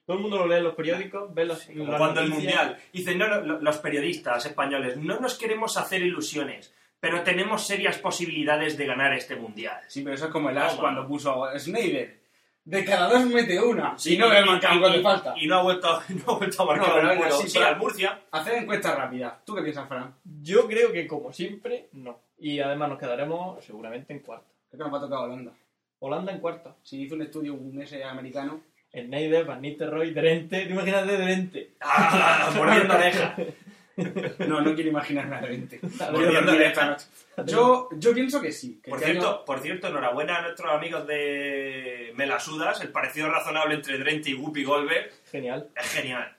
Speaker 1: Todo el mundo lo lee en los periódicos, ve las...
Speaker 3: Como
Speaker 1: las
Speaker 3: cuando el
Speaker 1: noticias.
Speaker 3: mundial. Dicen, no, no, lo- los periodistas españoles, no nos queremos hacer ilusiones, pero tenemos serias posibilidades de ganar este mundial.
Speaker 2: Sí, pero eso es como el Ash
Speaker 3: Toma.
Speaker 2: cuando puso a Snyder. De cada dos mete una. Si no,
Speaker 3: Y-
Speaker 2: le
Speaker 3: y-
Speaker 2: marcan cuando
Speaker 3: y-
Speaker 2: falta.
Speaker 3: Y no ha vuelto, no ha vuelto a marcar
Speaker 2: No, pero
Speaker 3: un
Speaker 2: venga,
Speaker 3: puro.
Speaker 2: sí,
Speaker 3: Sí,
Speaker 2: pero-
Speaker 3: al Murcia.
Speaker 2: Hacer encuesta rápida. ¿Tú qué piensas, Fran?
Speaker 1: Yo creo que, como siempre, no. Y además nos quedaremos seguramente en cuarto.
Speaker 2: Creo que nos va a tocar Holanda.
Speaker 1: Holanda en cuarto.
Speaker 2: Si hizo un estudio un mes americano.
Speaker 1: Schneider, Van Nistelrooy, Drente... ¿Te imaginas de Drente?
Speaker 3: ¡Ah! Mordiendo oreja.
Speaker 2: No, no quiero imaginarme a 20.
Speaker 3: Volviendo a esta
Speaker 2: Yo, yo pienso que sí. que
Speaker 3: Por
Speaker 2: este año-
Speaker 3: cierto, por cierto, enhorabuena a nuestros amigos de Melasudas. El parecido razonable entre Drente y Guppy Goldberg
Speaker 1: Genial.
Speaker 3: es genial.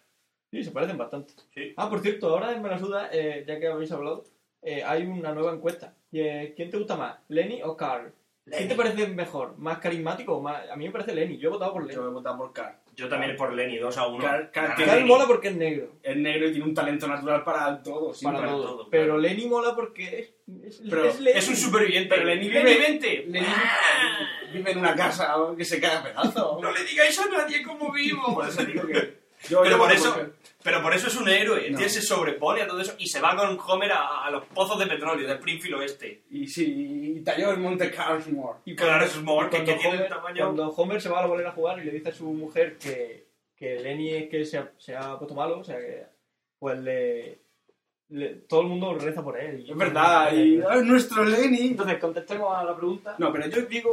Speaker 1: Sí, se parecen bastante.
Speaker 3: Sí.
Speaker 1: Ah, por cierto, ahora en Melasuda, eh, ya que habéis hablado, eh, hay una nueva encuesta. Y, eh, ¿Quién te gusta más, Lenny o Carl? ¿Quién te parece mejor? ¿Más carismático? o Más... A mí me parece Lenny, yo he votado por
Speaker 2: Yo
Speaker 1: Lenny.
Speaker 2: voy a votar por Carl.
Speaker 3: Yo también por Lenny, 2 a 1.
Speaker 2: Car- car-
Speaker 3: Gana
Speaker 2: que-
Speaker 1: Carl
Speaker 3: Lenny.
Speaker 1: mola porque es negro,
Speaker 2: Es negro y tiene un talento natural para todo.
Speaker 1: para,
Speaker 2: siempre.
Speaker 1: todo.
Speaker 3: todo, claro.
Speaker 1: Pero Lenny mola porque es, es,
Speaker 2: Pero
Speaker 1: es Lenny.
Speaker 3: Es un superviviente. Ah.
Speaker 2: Pero Lenny vive-
Speaker 3: vente.
Speaker 2: Lenny vive en una casa que se cae a pedazos.
Speaker 3: No le digáis a nadie cómo vivo. Por eso digo que-
Speaker 2: Yo-
Speaker 3: pero,
Speaker 2: yo
Speaker 3: por
Speaker 2: voto
Speaker 3: eso,
Speaker 2: Carl.
Speaker 3: pero por eso es un héroe. El
Speaker 2: No.
Speaker 3: tío se sobrepone a todo eso y se va con Homer a, a los pozos de petróleo de Springfield Oeste.
Speaker 2: Y sí, y talló el monte Carlsmore.
Speaker 3: Y claro, es un humor que,
Speaker 1: cuando,
Speaker 3: que tiene el
Speaker 1: Homer,
Speaker 3: tamaño.
Speaker 1: cuando Homer se va a la bolera a jugar y le dice a su mujer que, que Lenny es que se ha, se ha puesto malo, o sea que pues le, le- todo el mundo reza por él.
Speaker 2: Es verdad, y ¡ah, es nuestro Lenny.
Speaker 1: Entonces, contestemos a la pregunta.
Speaker 2: No, pero yo digo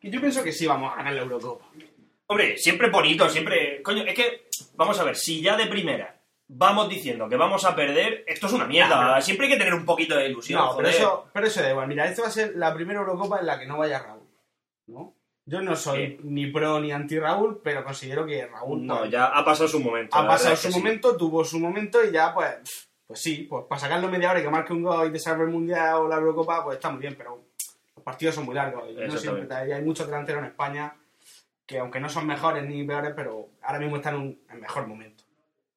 Speaker 2: que yo pienso que sí vamos a ganar la Eurocopa.
Speaker 3: Hombre, siempre bonito, siempre. Coño, es que, vamos a ver, si ya de primera vamos diciendo que vamos a perder, esto es una mierda.
Speaker 2: Claro.
Speaker 3: Siempre hay que tener un poquito de ilusión,
Speaker 2: Ah, no, pero
Speaker 3: joder.
Speaker 2: eso, pero eso da igual. Mira, esta va a ser la primera Eurocopa en la que no vaya Raúl. ¿no? Yo no soy ni pro ni anti Raúl, pero considero que Raúl
Speaker 3: No,
Speaker 2: pues,
Speaker 3: ya ha pasado su momento.
Speaker 2: ha
Speaker 3: la verdad
Speaker 2: pasado
Speaker 3: es que
Speaker 2: su
Speaker 3: sí.
Speaker 2: momento, tuvo su momento y ya pues, pues sí, pues para sacarlo media hora y que marque un gol y te salve el Mundial o la Eurocopa, pues está muy bien, pero los partidos son muy largos. y no siempre
Speaker 3: Exactamente.
Speaker 2: te- y hay muchos delanteros en España que aunque no son mejores ni peores, pero ahora mismo están en un en mejor momento.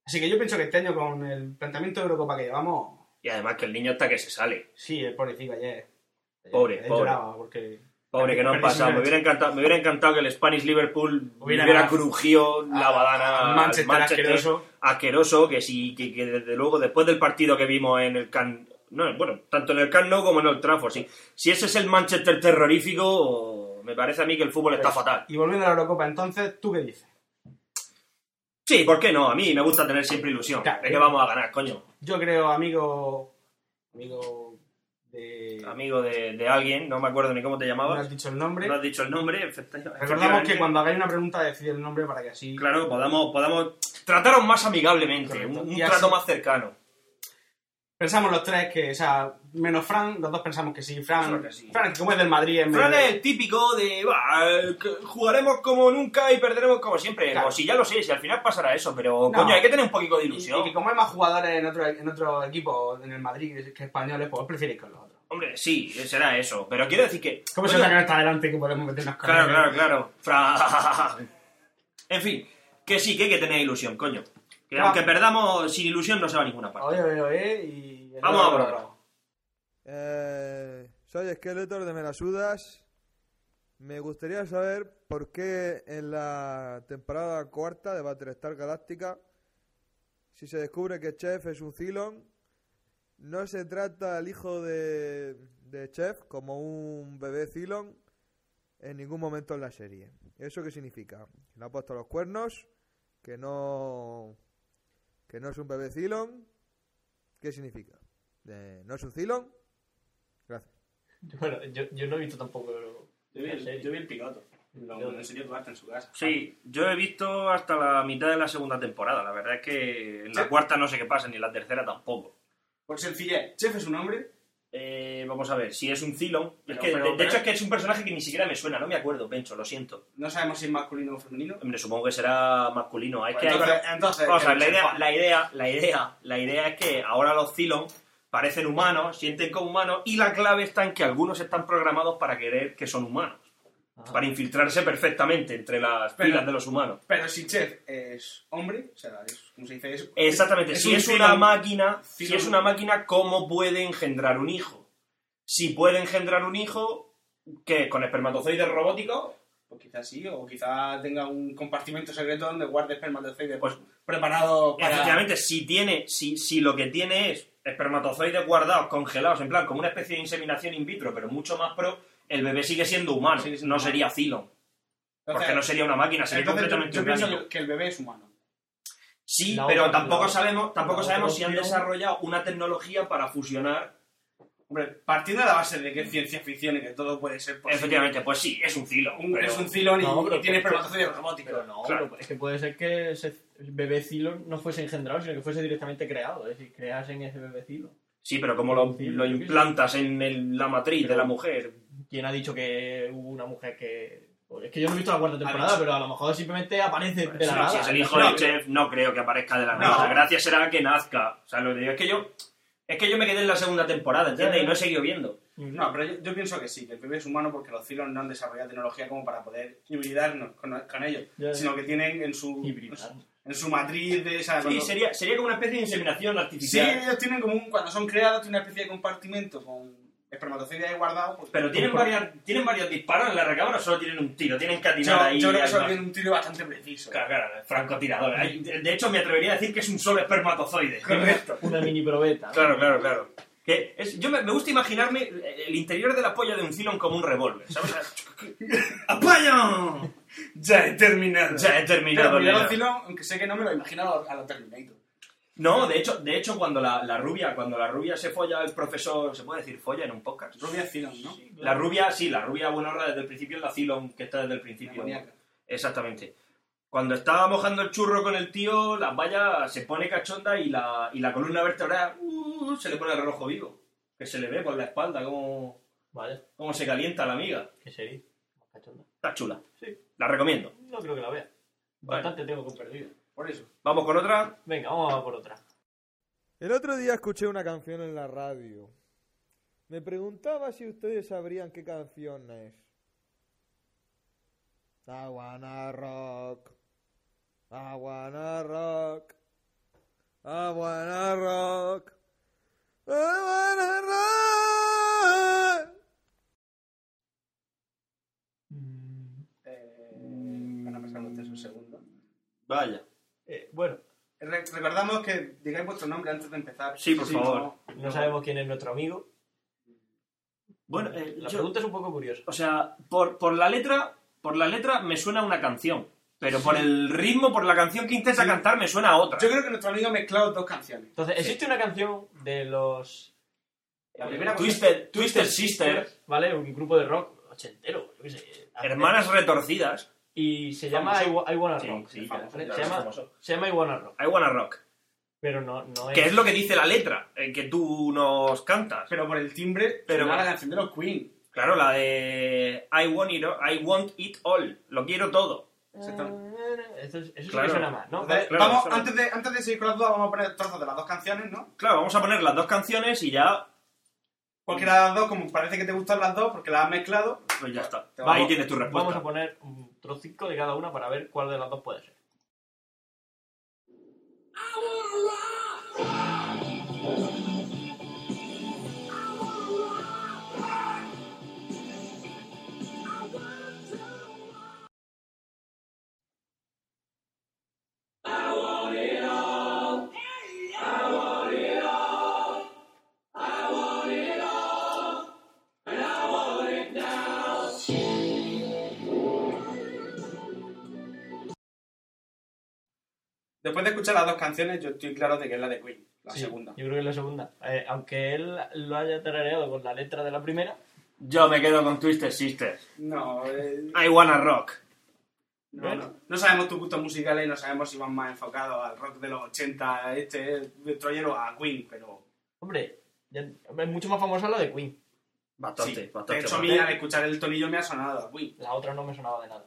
Speaker 2: Así que yo pienso que este año con el planteamiento de Eurocopa que llevamos,
Speaker 3: Y además que el niño está que se sale.
Speaker 2: Sí, el pobrecito ayer.
Speaker 3: Pobre,
Speaker 2: Ayer
Speaker 3: pobre.
Speaker 2: lloraba porque
Speaker 3: Pobre que no han
Speaker 2: Perdí su
Speaker 3: pasado. Me
Speaker 2: derecho.
Speaker 3: hubiera encantado, me hubiera encantado que el Spanish Liverpool hubiera,
Speaker 2: Hubiera ganado.
Speaker 3: crujido la
Speaker 2: Ah,
Speaker 3: badana
Speaker 2: al
Speaker 3: al
Speaker 2: Manchester asqueroso.
Speaker 3: asqueroso, que sí, que, que desde luego después del partido que vimos en el Can, no, bueno, tanto en el Can no como en el Trafford, sí. Si ese es el Manchester terrorífico, me parece a mí que el fútbol
Speaker 2: Pues
Speaker 3: está fatal.
Speaker 2: Y volviendo a la Eurocopa, entonces, ¿tú qué dices?
Speaker 3: Sí, ¿por qué no? A mí me gusta tener siempre ilusión.
Speaker 2: Claro.
Speaker 3: ¿De qué vamos a ganar, coño?
Speaker 2: Yo creo, amigo. Amigo. De.
Speaker 3: Amigo de, de alguien, no me acuerdo ni cómo te
Speaker 2: No has
Speaker 3: llamabas.
Speaker 2: dicho el nombre.
Speaker 3: No has dicho el nombre. efecti-
Speaker 2: Recordamos que
Speaker 3: efectivamente.
Speaker 2: cuando hagáis una pregunta, decid el nombre para que así.
Speaker 3: Claro, podamos, podamos trataros más amigablemente, un,
Speaker 2: Correcto.
Speaker 3: un
Speaker 2: Y así-
Speaker 3: trato más cercano.
Speaker 2: Pensamos los tres que, o sea, menos Fran, los dos pensamos que sí. Fran,
Speaker 3: Claro que sí.
Speaker 2: Fran como es del Madrid, en
Speaker 3: Fran es el típico de, "Bah, eh, que jugaremos como nunca y perderemos como siempre.
Speaker 2: Claro.
Speaker 3: O si ya lo sé, si al final pasará eso, pero coño, hay que tener un poquito de
Speaker 2: y, y
Speaker 3: ilusión.
Speaker 2: que como hay más jugadores en otro, en otro equipo, en el Madrid, que, que españoles, pues prefiréis con los otros.
Speaker 3: Hombre, sí, será eso. Pero quiero decir que.
Speaker 6: ¿Cómo se
Speaker 3: Oye,
Speaker 6: nota que no está adelante que podemos meter las
Speaker 3: Pues Claro,
Speaker 6: carreras?
Speaker 3: claro, claro. Fra- En fin, que sí, que hay que tener ilusión, coño. Que
Speaker 2: Ah.
Speaker 1: Va.
Speaker 3: aunque perdamos sin ilusión no se va a ninguna parte.
Speaker 1: Oye, oye, oye, y...
Speaker 3: Vamos a probar.
Speaker 5: Eh, soy Skeletor de Melasudas. Me gustaría saber por qué en la temporada cuarta de Battlestar Galáctica, si se descubre que Chef es un Cylon, no se trata al hijo de, de Chef como un bebé Cylon en ningún momento en la serie. ¿Eso qué significa? Que no ha puesto los cuernos, que no, que no es un bebé Cylon. ¿Qué significa? Eh, ¿No es un Cylon? Gracias.
Speaker 1: Bueno, yo, yo no he visto tampoco... pero-
Speaker 2: Yo vi,
Speaker 1: la serie.
Speaker 2: el, yo vi el piloto.
Speaker 1: Yo-
Speaker 2: Lo enseñó Duarte en su casa.
Speaker 3: Sí, yo he visto hasta la mitad de la segunda temporada. La verdad es que en la
Speaker 2: Sí.
Speaker 3: cuarta no sé qué pasa, ni en la tercera tampoco.
Speaker 2: Por sencillez, Chef es un hombre.
Speaker 3: Eh, vamos a ver, si es un Cylon. Es
Speaker 2: Pero-
Speaker 3: que, de-
Speaker 2: pero-
Speaker 3: de,
Speaker 2: pero-
Speaker 3: hecho, es que es un personaje que ni siquiera me suena, no me acuerdo, Pencho, lo siento.
Speaker 2: No sabemos si es masculino o femenino.
Speaker 3: Hombre, supongo que será masculino. Es que hay-
Speaker 2: entonces, entonces,
Speaker 3: Vamos a ver, la
Speaker 2: el
Speaker 3: idea,
Speaker 2: pan.
Speaker 3: la idea, la idea, la idea es que ahora los Cylon parecen humanos, sienten como humanos, y la clave está en que algunos están programados para querer que son humanos,
Speaker 1: Ajá.
Speaker 3: para infiltrarse perfectamente entre las
Speaker 2: Ah. Pero-
Speaker 3: filas de los humanos.
Speaker 2: Pero si Chef es hombre, o sea, es, ¿cómo se dice eso?
Speaker 3: Exactamente, si
Speaker 2: un
Speaker 3: es una
Speaker 2: Cylon.
Speaker 3: máquina, si
Speaker 2: Cylon.
Speaker 3: es una máquina, ¿cómo puede engendrar un hijo? Si puede engendrar un hijo, ¿qué? ¿Con espermatozoides robóticos?
Speaker 2: Pues quizás sí, o quizás tenga un compartimento secreto donde guarde espermatozoides
Speaker 3: Pues
Speaker 2: preparado para...
Speaker 3: Efectivamente, si tiene, si, si lo que tiene es espermatozoides guardados, congelados, en plan, como una especie de inseminación in vitro, pero mucho más pro, el bebé sigue siendo humano,
Speaker 2: Sigue siendo
Speaker 3: no
Speaker 2: humano.
Speaker 3: sería Cylon, porque no sería una máquina, sería
Speaker 2: entonces yo-
Speaker 3: completamente
Speaker 2: yo,
Speaker 3: orgánico.
Speaker 2: pienso que, que el bebé es humano.
Speaker 3: Sí,
Speaker 1: La
Speaker 3: pero
Speaker 1: otra-
Speaker 3: tampoco
Speaker 1: la-
Speaker 3: sabemos, tampoco
Speaker 1: la
Speaker 3: sabemos
Speaker 1: otra
Speaker 3: si han
Speaker 1: opción-
Speaker 3: desarrollado una tecnología para fusionar.
Speaker 2: Hombre, partiendo de la base de que es ciencia ficción y que todo puede ser posible.
Speaker 3: Efectivamente, pues sí, es un Cylon.
Speaker 2: Un-
Speaker 3: pero-
Speaker 2: es un cilón y,
Speaker 1: No, pero-
Speaker 2: y tiene espermatozoides robóticos.
Speaker 1: Pero no,
Speaker 3: Claro.
Speaker 1: pero es que puede ser que ese bebé Cylon no fuese engendrado, sino que fuese directamente creado. Es decir, creasen ese bebé Cylon.
Speaker 3: Sí, pero como lo,
Speaker 1: Sí,
Speaker 3: lo
Speaker 1: yo qué sé.
Speaker 3: implantas en el- la matriz de la mujer.
Speaker 1: ¿Quién ha dicho que hubo una mujer que.? Es que yo no he visto la cuarta
Speaker 3: Ah,
Speaker 1: temporada,
Speaker 2: dicho.
Speaker 1: pero a lo mejor simplemente aparece de la
Speaker 3: No,
Speaker 1: nada.
Speaker 3: Pues, si es el hijo
Speaker 1: No,
Speaker 3: de Chef, no creo que aparezca de la
Speaker 2: No.
Speaker 3: nada. La gracia será que nazca. O sea, lo que digo es que yo. Es que yo me quedé en la segunda temporada, ¿entiendes? Y no he seguido viendo.
Speaker 2: No, pero yo, yo pienso que sí, que el bebé es humano porque los Cylon no han desarrollado tecnología como para poder hibridarnos con, con ellos,
Speaker 1: Ya, ya.
Speaker 2: sino que tienen en su,
Speaker 1: Hibridar.
Speaker 2: en su matriz de esa...
Speaker 3: Sí, sería, sería como una especie de inseminación
Speaker 2: Sí,
Speaker 3: artificial.
Speaker 2: ellos tienen como un, cuando son creados, tiene una especie de compartimento con espermatozoides ahí guardados. pues-
Speaker 3: Pero tienen, varias, tienen varios disparos en la recámara, solo tienen un tiro. Tienen que
Speaker 2: Yo,
Speaker 3: atinar ahí.
Speaker 2: yo creo que eso
Speaker 3: al-
Speaker 2: tiene un tiro bastante preciso.
Speaker 3: Claro, claro, francotirador. Hay- De hecho, me atrevería a decir que es un solo espermatozoide.
Speaker 2: Correcto.
Speaker 1: Una mini probeta.
Speaker 3: Claro, claro, claro. Que es- yo me, me gusta imaginarme el- el interior de la polla de un Cylon como un revólver, ¿sabes? ¡Apoyo!
Speaker 2: Ya he terminado.
Speaker 3: Ya he terminado.
Speaker 2: Pero yo
Speaker 3: Leo.
Speaker 2: los Cylon, aunque sé que no me lo imagino a los, a los Terminator.
Speaker 3: No, de hecho, de hecho cuando la, la rubia, cuando la rubia se folla al profesor, se puede decir folla en un podcast.
Speaker 2: Rubia Cylon, ¿no?
Speaker 3: La rubia, sí, la rubia buena hora desde el principio es la Cylon que está desde el principio.
Speaker 2: Demoníaca.
Speaker 3: Exactamente. Cuando estaba mojando el churro con el tío, la valla se pone cachonda y la, y la columna vertebral uh, se le pone el rojo vivo. Que se le ve por la espalda cómo,
Speaker 1: Vale,
Speaker 3: cómo se calienta la amiga.
Speaker 1: qué serie. Más cachonda.
Speaker 3: Está chula.
Speaker 1: Sí.
Speaker 3: La recomiendo.
Speaker 1: No creo que la vea.
Speaker 3: Vale.
Speaker 1: Bastante tengo con perdido.
Speaker 2: Por eso.
Speaker 3: Vamos con otra.
Speaker 1: Venga, vamos a por otra.
Speaker 5: El otro día escuché una canción en la radio. Me preguntaba si ustedes sabrían qué canción es. I wanna rock. I wanna rock. I wanna rock. I wanna rock.
Speaker 1: Mm.
Speaker 2: Eh, van a pasar ustedes un segundo.
Speaker 3: Vaya.
Speaker 1: Eh, bueno,
Speaker 2: Re- recordamos que digáis vuestro nombre antes de empezar.
Speaker 3: Sí, por favor.
Speaker 1: no sabemos quién es nuestro amigo.
Speaker 3: Bueno, eh,
Speaker 1: La
Speaker 3: yo-
Speaker 1: pregunta es un poco curiosa.
Speaker 3: O sea, por, por la letra, por la letra me suena una canción. Pero por el ritmo, por la canción que intenta cantar, me suena a otra.
Speaker 2: Yo creo que nuestro amigo ha mezclado dos canciones.
Speaker 1: Entonces, existe una canción de los.
Speaker 2: La primera cosa-
Speaker 3: Twisted, Twisted Sister,
Speaker 1: ¿Vale? Un grupo de rock ochentero, yo qué sé.
Speaker 3: hermanas retorcidas.
Speaker 1: Y se llama I, Wa- I Wanna
Speaker 3: Sí,
Speaker 1: Rock.
Speaker 3: sí,
Speaker 1: ¿vale?
Speaker 3: famoso,
Speaker 1: se,
Speaker 3: claro,
Speaker 1: llama,
Speaker 3: famoso.
Speaker 1: se llama I Wanna Rock.
Speaker 3: I wanna rock.
Speaker 1: Pero no, no es.
Speaker 3: Que es lo que dice la letra, eh, que tú nos cantas.
Speaker 2: Pero por el timbre,
Speaker 3: Pero-
Speaker 2: pero la canción de los Queen.
Speaker 3: Claro, la de I want it, all- I want it all. Lo quiero todo.
Speaker 2: Exactamente.
Speaker 1: Eso, es- eso
Speaker 3: Claro.
Speaker 1: sí que suena más, ¿no?
Speaker 2: Entonces,
Speaker 3: claro,
Speaker 2: vamos,
Speaker 3: eso no.
Speaker 2: antes, de, antes de seguir con las dudas, vamos a poner trozos de las dos canciones, ¿no?
Speaker 3: Claro, vamos a poner las dos canciones y ya
Speaker 2: Cualquiera de las dos, como parece que te gustan las dos porque las has mezclado.
Speaker 3: Pues ya está.
Speaker 2: Te vamos-
Speaker 3: Ahí tienes tu respuesta.
Speaker 1: Vamos a poner un trocico de cada una para ver cuál de las dos puede ser.
Speaker 2: Después de escuchar las dos canciones, yo estoy claro de que es la de Queen, la
Speaker 1: Sí,
Speaker 2: segunda.
Speaker 1: Yo creo que es la segunda. Eh, aunque él lo haya tarareado con la letra de la primera,
Speaker 3: Yo me quedo con Twisted Sisters.
Speaker 2: No, eh,
Speaker 3: I wanna rock.
Speaker 2: no, no. No sabemos tus gustos musicales, no sabemos si van más enfocados al rock de los 80, este, destroyero a Queen, pero.
Speaker 1: hombre, ya- es mucho más famosa la de Queen.
Speaker 2: sí.
Speaker 3: Bastante, bastante.
Speaker 2: De hecho, a
Speaker 3: bastante.
Speaker 2: mí al escuchar el tonillo me ha sonado a Queen.
Speaker 1: La otra no me sonaba de nada.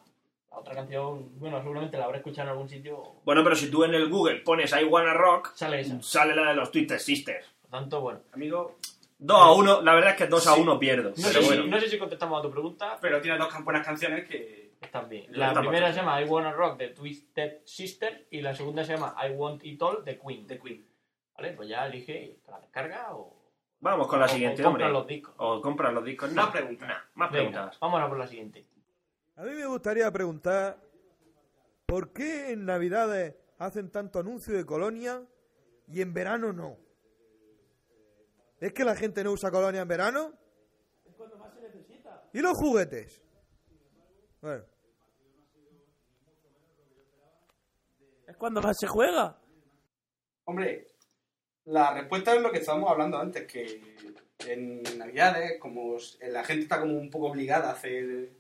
Speaker 1: La otra canción, bueno, seguramente la habré escuchado en algún sitio.
Speaker 3: Bueno, pero si tú en el Google pones I wanna rock,
Speaker 1: Sale esa.
Speaker 3: sale la de los Twisted Sisters.
Speaker 1: Por tanto, bueno.
Speaker 2: Amigo,
Speaker 3: 2 a 1, la verdad es que 2 a
Speaker 2: Sí.
Speaker 3: 1 pierdo.
Speaker 1: No,
Speaker 3: pero
Speaker 1: sé,
Speaker 3: bueno.
Speaker 1: si, no sé si contestamos a tu pregunta,
Speaker 2: pero tiene dos can- buenas canciones que.
Speaker 1: Están bien.
Speaker 3: Está
Speaker 1: La primera
Speaker 3: bastante
Speaker 1: se llama I Wanna Rock de Twisted Sister y la segunda se llama I Want It All de Queen.
Speaker 2: de Queen.
Speaker 1: Vale, pues ya elige y te la descarga o,
Speaker 3: Vamos con la
Speaker 1: o-
Speaker 3: siguiente,
Speaker 1: o compras
Speaker 3: hombre.
Speaker 1: los discos.
Speaker 3: O compras los discos.
Speaker 2: Más
Speaker 3: No,
Speaker 2: preguntas.
Speaker 3: no, más
Speaker 1: Venga,
Speaker 3: preguntas.
Speaker 1: vamos a por la siguiente.
Speaker 5: A mí me gustaría preguntar, ¿por qué en Navidades hacen tanto anuncio de colonia y en verano no? ¿Es que la gente no usa colonia en verano? ¿Y los juguetes? Bueno,
Speaker 4: Es cuando más se juega.
Speaker 2: Hombre, la respuesta es lo que estábamos hablando antes, que en Navidades, como s- eh, la gente está como un poco obligada a hacer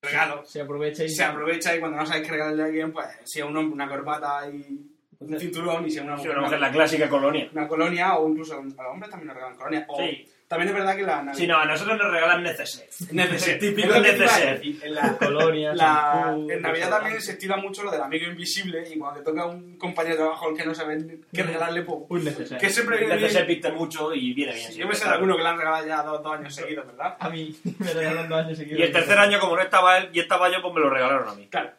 Speaker 2: regalos,
Speaker 1: Se aprovecha y
Speaker 2: se aprovecha y cuando no sabes qué regalarle a alguien, pues si a un hombre una corbata y un cinturón y si a una
Speaker 3: Si
Speaker 2: mujer
Speaker 3: vamos a hacer
Speaker 2: una,
Speaker 3: la clásica colonia.
Speaker 2: una colonia o incluso a los hombres también nos regalan colonia. O,
Speaker 3: Sí.
Speaker 2: También es verdad que la Navidad...
Speaker 3: Si no, a nosotros nos regalan neceser.
Speaker 2: Neceser.
Speaker 3: Típico
Speaker 2: Es lo que te iba a
Speaker 3: neceser.
Speaker 2: decir, En la
Speaker 1: colonia,
Speaker 2: La-
Speaker 1: shampoo,
Speaker 2: en Navidad
Speaker 1: desodorante.
Speaker 2: también se estila mucho lo del amigo invisible y cuando te toca un compañero de trabajo al que no sabes ni
Speaker 1: Mm.
Speaker 2: qué regalarle, pues,
Speaker 1: Un necesario.
Speaker 2: que siempre
Speaker 3: El
Speaker 2: viene bien.
Speaker 3: neceser picta mucho y viene bien.
Speaker 2: Sí, yo
Speaker 3: siempre,
Speaker 2: me sé de
Speaker 3: claro.
Speaker 2: alguno que le han regalado ya dos, dos años seguidos, ¿verdad?
Speaker 1: A mí me regalaron dos años seguidos.
Speaker 3: Y el tercer año, como no estaba él y estaba yo, pues me lo regalaron a mí.
Speaker 2: Claro.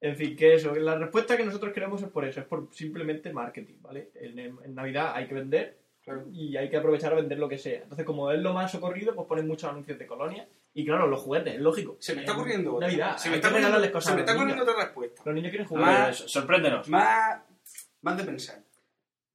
Speaker 1: En fin, que eso. que La respuesta que nosotros queremos es por eso, es por simplemente marketing, ¿vale? En, en Navidad hay que vender
Speaker 2: Claro.
Speaker 1: y hay que aprovechar a vender lo que sea. Entonces, como es lo más socorrido, pues ponen muchos anuncios de colonia. Y claro, los juguetes, es lógico.
Speaker 2: Se me está
Speaker 1: En
Speaker 2: ocurriendo otra.
Speaker 1: Navidad,
Speaker 2: se me
Speaker 1: hay que
Speaker 2: está ocurriendo,
Speaker 1: regalarles cosas
Speaker 2: se me
Speaker 1: a
Speaker 2: está
Speaker 1: los
Speaker 2: ocurriendo Ah,
Speaker 1: niños.
Speaker 2: otra respuesta.
Speaker 1: Los niños quieren
Speaker 3: A
Speaker 1: jugar.
Speaker 3: ver, eso, sorpréndenos.
Speaker 2: Más, más de pensar.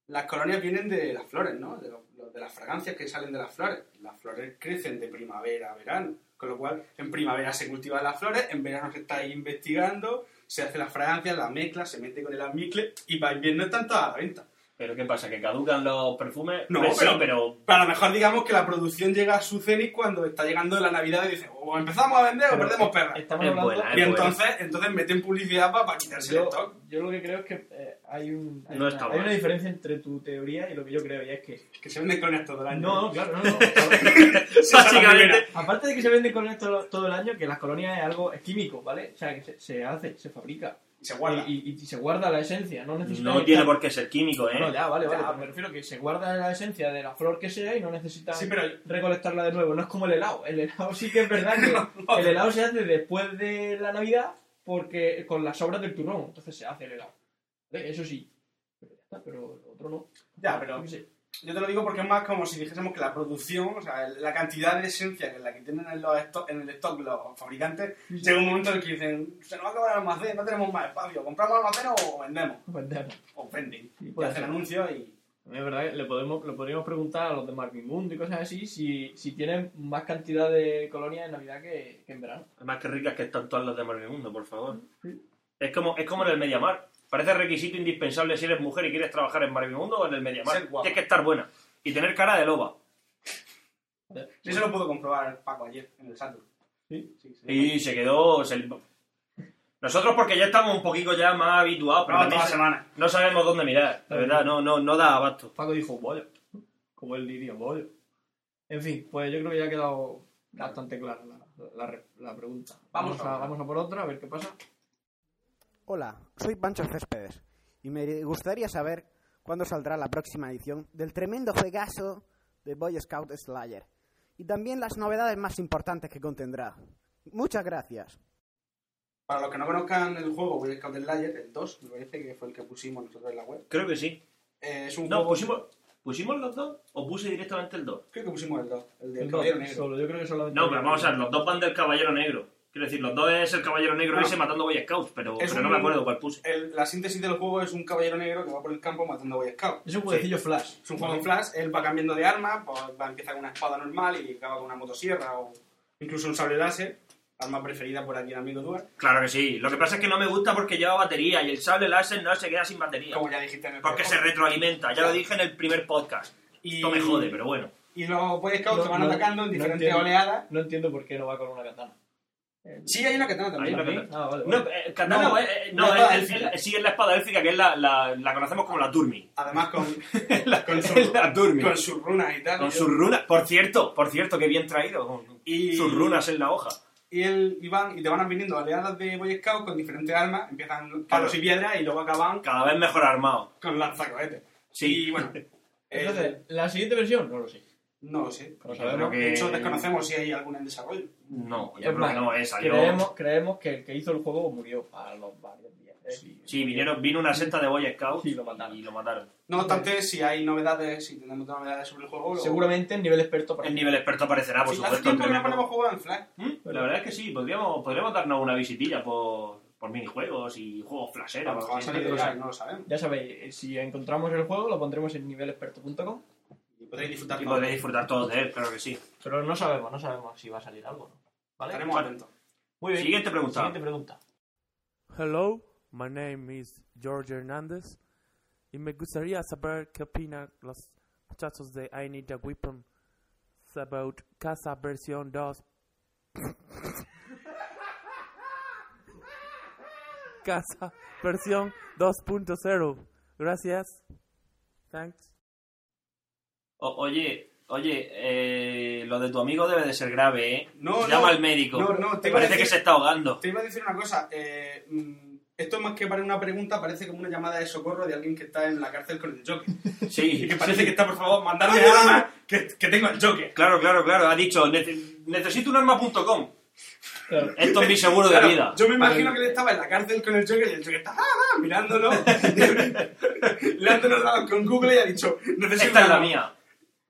Speaker 2: Las colonias vienen de las flores, ¿no? De, lo- lo- de las fragancias que salen de las flores. Las flores crecen de primavera a verano. Con lo cual, en primavera se cultivan las flores, en verano se está ahí investigando, se hace las fragancias, la mezcla, se mete con el almizcle y para invierno están todas a la venta.
Speaker 3: ¿Pero qué pasa? ¿Que caducan los perfumes?
Speaker 2: No,
Speaker 3: Pues sí,
Speaker 2: pero-
Speaker 3: pero
Speaker 2: Pero a lo mejor digamos que la producción llega a su cenit cuando está llegando la Navidad y dice, o empezamos a vender o
Speaker 1: Pero eh,
Speaker 2: perdemos perras.
Speaker 1: Estamos
Speaker 3: Es
Speaker 1: hablando...
Speaker 3: buena, ¿eh?
Speaker 2: Y
Speaker 3: Ay, bueno.
Speaker 2: entonces, entonces meten publicidad para, quitarse el
Speaker 1: Yo,
Speaker 2: stock.
Speaker 1: yo lo que creo es que eh, hay, un, hay,
Speaker 3: No
Speaker 1: una,
Speaker 3: está
Speaker 1: hay
Speaker 3: mal.
Speaker 1: una diferencia entre tu teoría y lo que yo creo, y es que...
Speaker 2: Que se venden clones todo el año.
Speaker 1: No, no, claro, no, no.
Speaker 2: Esa es la primera.
Speaker 3: básicamente.
Speaker 1: Aparte de que se venden colonias todo, todo el año, que las colonias es algo es químico, ¿vale? O sea, que se, se hace, se fabrica.
Speaker 2: Y se guarda.
Speaker 1: Y, y- y se guarda la esencia, no necesita...
Speaker 3: No tiene por qué ser químico,
Speaker 1: No,
Speaker 3: ¿eh?
Speaker 1: ya, vale, vale.
Speaker 2: Ya,
Speaker 1: pero me refiero que se guarda la esencia de la flor que sea y no necesita
Speaker 2: Sí, pero
Speaker 1: recolectarla de nuevo. No es como el helado. El helado sí que es verdad que el helado se hace después de la Navidad porque con las sobras del turrón. Entonces se hace el helado. ¿Vale? Eso sí. Pero ya está, pero el otro no.
Speaker 2: ya, pero
Speaker 1: Yo qué sé.
Speaker 2: yo te lo digo porque es más como si dijésemos que la producción, o sea, la cantidad de esencia que la que tienen en, los esto- en el stock los fabricantes, llega un momento en el que dicen, se nos va a acabar el almacén, no tenemos más espacio, compramos almacén o vendemos,
Speaker 1: Pues nada.
Speaker 2: o venden.
Speaker 1: Sí,
Speaker 2: Y
Speaker 1: puede
Speaker 2: hacen
Speaker 1: ser.
Speaker 2: anuncios y...
Speaker 1: También es verdad que le, podemos, le podríamos preguntar a los de Marvin Mundo y cosas así si, si tienen más cantidad de colonias en Navidad que, que en verano.
Speaker 3: Más que ricas que están todas las de Marvel Mundo, por favor. Es como, es como en el Mediamar. Parece requisito indispensable si eres mujer y quieres trabajar en Marvel Mundo o en el Mediamar.
Speaker 2: Ser guapa.
Speaker 3: Tienes que estar buena. Y tener cara de loba.
Speaker 2: Yo se lo pudo comprobar Paco ayer en el Saturn.
Speaker 1: Sí.
Speaker 2: sí, sí.
Speaker 3: Y se quedó. se- Nosotros, porque ya estamos un poquito ya más habituados, pero
Speaker 2: Pero toda
Speaker 3: también
Speaker 2: la
Speaker 3: se-
Speaker 2: semana.
Speaker 3: no sabemos dónde mirar. De verdad, no, no, no da abasto.
Speaker 1: Paco dijo bollo. Como él diría, bollo. En fin, pues yo creo que ya ha quedado bastante clara la, la re- la pregunta.
Speaker 2: Vamos
Speaker 1: Vamos,
Speaker 2: a
Speaker 1: a,
Speaker 2: otra.
Speaker 1: vamos a por otra, a ver qué pasa.
Speaker 6: Hola, soy Pancho Céspedes y me gustaría saber cuándo saldrá la próxima edición del tremendo juegazo de Boy Scout Slayer y también las novedades más importantes que contendrá. Muchas gracias.
Speaker 2: Para los que no conozcan el juego Boy Scout Layer, el 2, me parece que fue el que pusimos nosotros en la web.
Speaker 3: Creo que sí.
Speaker 2: eh, es un
Speaker 3: No,
Speaker 2: juego.
Speaker 3: pusimos, ¿pusimos los dos o puse directamente el 2?
Speaker 2: Creo que pusimos el 2, el del
Speaker 7: El
Speaker 2: Caballero
Speaker 7: dos,
Speaker 2: Negro.
Speaker 7: solo, yo creo que solamente.
Speaker 3: No, pero vamos a ver, los dos van del Caballero Negro. Quiero decir, los dos es el Caballero Negro
Speaker 2: Ah.
Speaker 3: ese matando Boy Scouts, pero,
Speaker 2: Es
Speaker 3: pero no
Speaker 2: un-
Speaker 3: me acuerdo cuál puse.
Speaker 2: El- la síntesis del juego es un caballero negro que va por el campo matando Boy Scout.
Speaker 7: Es un jueguecillo flash.
Speaker 2: Es un juego en flash, él va cambiando de arma, pues va, empieza con una espada normal y acaba con una motosierra o incluso un sable láser, arma preferida por aquí el amigo Duar,
Speaker 3: Claro que sí. Lo que pasa es que no me gusta porque lleva batería y el sable láser no se queda sin batería.
Speaker 2: como ya dijiste en el
Speaker 3: Porque se
Speaker 2: juego.
Speaker 3: retroalimenta, ya lo dije en el primer podcast.
Speaker 2: y,
Speaker 3: Esto me jode, pero bueno.
Speaker 2: Y los Boy Scouts
Speaker 7: No,
Speaker 2: te van
Speaker 7: no,
Speaker 2: atacando en
Speaker 7: no
Speaker 2: diferentes
Speaker 7: entiendo.
Speaker 2: oleadas.
Speaker 7: No entiendo por qué no va con una katana.
Speaker 2: Sí, hay una katana
Speaker 3: Hay
Speaker 2: también.
Speaker 3: una
Speaker 2: ¿no?
Speaker 3: katana.
Speaker 7: Ah, vale.
Speaker 3: No,
Speaker 7: vale.
Speaker 3: eh, katana,
Speaker 2: No,
Speaker 3: eh, eh, no,
Speaker 2: la espada
Speaker 3: es- es-
Speaker 2: élfica.
Speaker 3: es- sí, es la espada élfica, que es la, la, la conocemos como la Turmi.
Speaker 2: Además con, con,
Speaker 3: es
Speaker 2: su,
Speaker 3: la Turmi.
Speaker 2: con sus runas y tal.
Speaker 3: Con sus runas. Por cierto, por cierto, que bien traído. Con
Speaker 2: Y-
Speaker 3: sus runas en la hoja.
Speaker 2: y, él, y, van- y te van viniendo oleadas de Boy Scout con diferentes armas, empiezan palos y piedras y luego acaban
Speaker 3: Cada vez mejor armado.
Speaker 2: con lanzacohetes. Y
Speaker 3: Sí.
Speaker 2: bueno, eh,
Speaker 7: Entonces, ¿la siguiente versión? No lo sé.
Speaker 2: no lo sé.
Speaker 7: No
Speaker 3: Yo creo
Speaker 7: sabemos.
Speaker 3: que-
Speaker 2: De hecho, desconocemos si hay alguna en desarrollo.
Speaker 3: No, yo
Speaker 7: Es
Speaker 3: creo
Speaker 7: más,
Speaker 3: que no, eh, salió-
Speaker 7: Creemos, creemos que el que hizo el juego murió a los varios días. ¿eh?
Speaker 3: Sí, vinieron, vino una secta de Boy Scouts
Speaker 7: Y lo mataron.
Speaker 3: y lo mataron.
Speaker 2: No obstante, si hay novedades, si tenemos novedades sobre el juego, lo...
Speaker 7: Seguramente en nivel experto para
Speaker 3: El nivel experto aparecerá, por
Speaker 2: Sí, hace
Speaker 3: supuesto.
Speaker 2: tiempo que no
Speaker 3: tremendo.
Speaker 2: ponemos juego en Flash.
Speaker 3: Mm, La verdad es que sí, podríamos, podríamos darnos una visitilla por, por minijuegos y juegos
Speaker 2: A
Speaker 3: flasheros.
Speaker 2: lo mejor ha
Speaker 3: sí,
Speaker 2: salido
Speaker 3: cosas.
Speaker 2: ya, no lo sabemos.
Speaker 7: Ya sabéis, eh, si encontramos el juego lo pondremos en nivelexperto.com,
Speaker 2: Y podréis disfrutar
Speaker 3: Y
Speaker 2: todo.
Speaker 3: podréis disfrutar todos de él, claro que sí.
Speaker 7: pero no sabemos, no sabemos si va a salir algo, ¿no? ¿Vale?
Speaker 2: Estaremos atentos.
Speaker 7: Muy bien.
Speaker 3: Siguiente pregunta.
Speaker 7: Siguiente pregunta.
Speaker 8: Hello, my name is George Hernández y me gustaría saber qué opinan los muchachos de I Need a Weapon about Casa versión 2. Casa versión 2.0. Gracias. Thanks.
Speaker 3: O- oye, oye, eh, lo de tu amigo debe de ser grave, ¿eh?
Speaker 2: No,
Speaker 3: Llama
Speaker 2: no.
Speaker 3: al médico.
Speaker 2: No, no, te
Speaker 3: Me
Speaker 2: iba a
Speaker 3: parece
Speaker 2: decir-
Speaker 3: que se está ahogando.
Speaker 2: Te iba a decir una cosa. eh, mm, esto más que para una pregunta parece como una llamada de socorro de alguien que está en la cárcel con el Joker.
Speaker 3: Sí,
Speaker 2: Y que parece que está, por favor, mandarme arma que, que tengo al Joker.
Speaker 3: Claro, claro, claro. Ha dicho, "Nece- necesito un arma.com.
Speaker 7: Claro.
Speaker 3: Esto es mi seguro de
Speaker 2: Claro,
Speaker 3: vida.
Speaker 2: Yo me imagino que él estaba en la cárcel con el Joker y el Joker está ah, ah, mirándolo. Le han dado con Google y ha dicho, necesito
Speaker 3: Esta es
Speaker 2: una
Speaker 3: la
Speaker 2: arma".
Speaker 3: mía.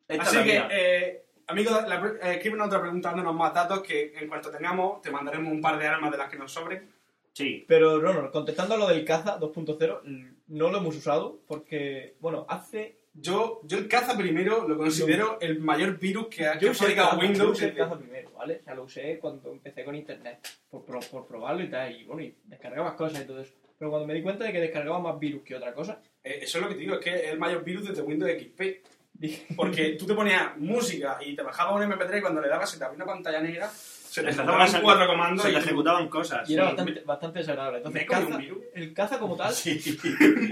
Speaker 3: Esta
Speaker 2: Así
Speaker 3: es la
Speaker 2: que,
Speaker 3: mía.
Speaker 2: eh, amigos, la pr- eh, escríbenos otra pregunta dándonos más datos que en cuanto tengamos te mandaremos un par de armas de las que nos sobren.
Speaker 3: Sí.
Speaker 7: Pero no, no, contestando a lo del caza 2.0, l- no lo hemos usado porque, bueno, hace...
Speaker 2: Yo, yo el caza primero lo considero el mayor virus que ha, que ha
Speaker 7: usé el
Speaker 2: fabricado
Speaker 7: caza, yo
Speaker 2: Windows.
Speaker 7: usé el caza primero, ¿vale? O sea, lo usé cuando empecé con internet, por, pro- por probarlo y tal, y bueno, y descargabas cosas y todo eso. Pero cuando me di cuenta de que descargaba más virus que otra cosa,
Speaker 2: Eh, eso es lo que te digo, es que es el mayor virus desde Windows XP.
Speaker 7: dije...
Speaker 2: Porque tú te ponías música y te bajaba un MP3 y cuando le dabas se te abría una pantalla negra, se te
Speaker 3: Se
Speaker 2: ejecutaban
Speaker 3: ejecu-
Speaker 2: cuatro comandos
Speaker 3: se
Speaker 2: y
Speaker 3: te
Speaker 2: tú-
Speaker 3: ejecutaban cosas.
Speaker 7: Y era
Speaker 3: sí.
Speaker 7: bastante, bastante desagradable. Entonces,
Speaker 2: ¿Me he comido
Speaker 7: caza-
Speaker 2: un virus?
Speaker 7: el caza como tal,
Speaker 3: Sí.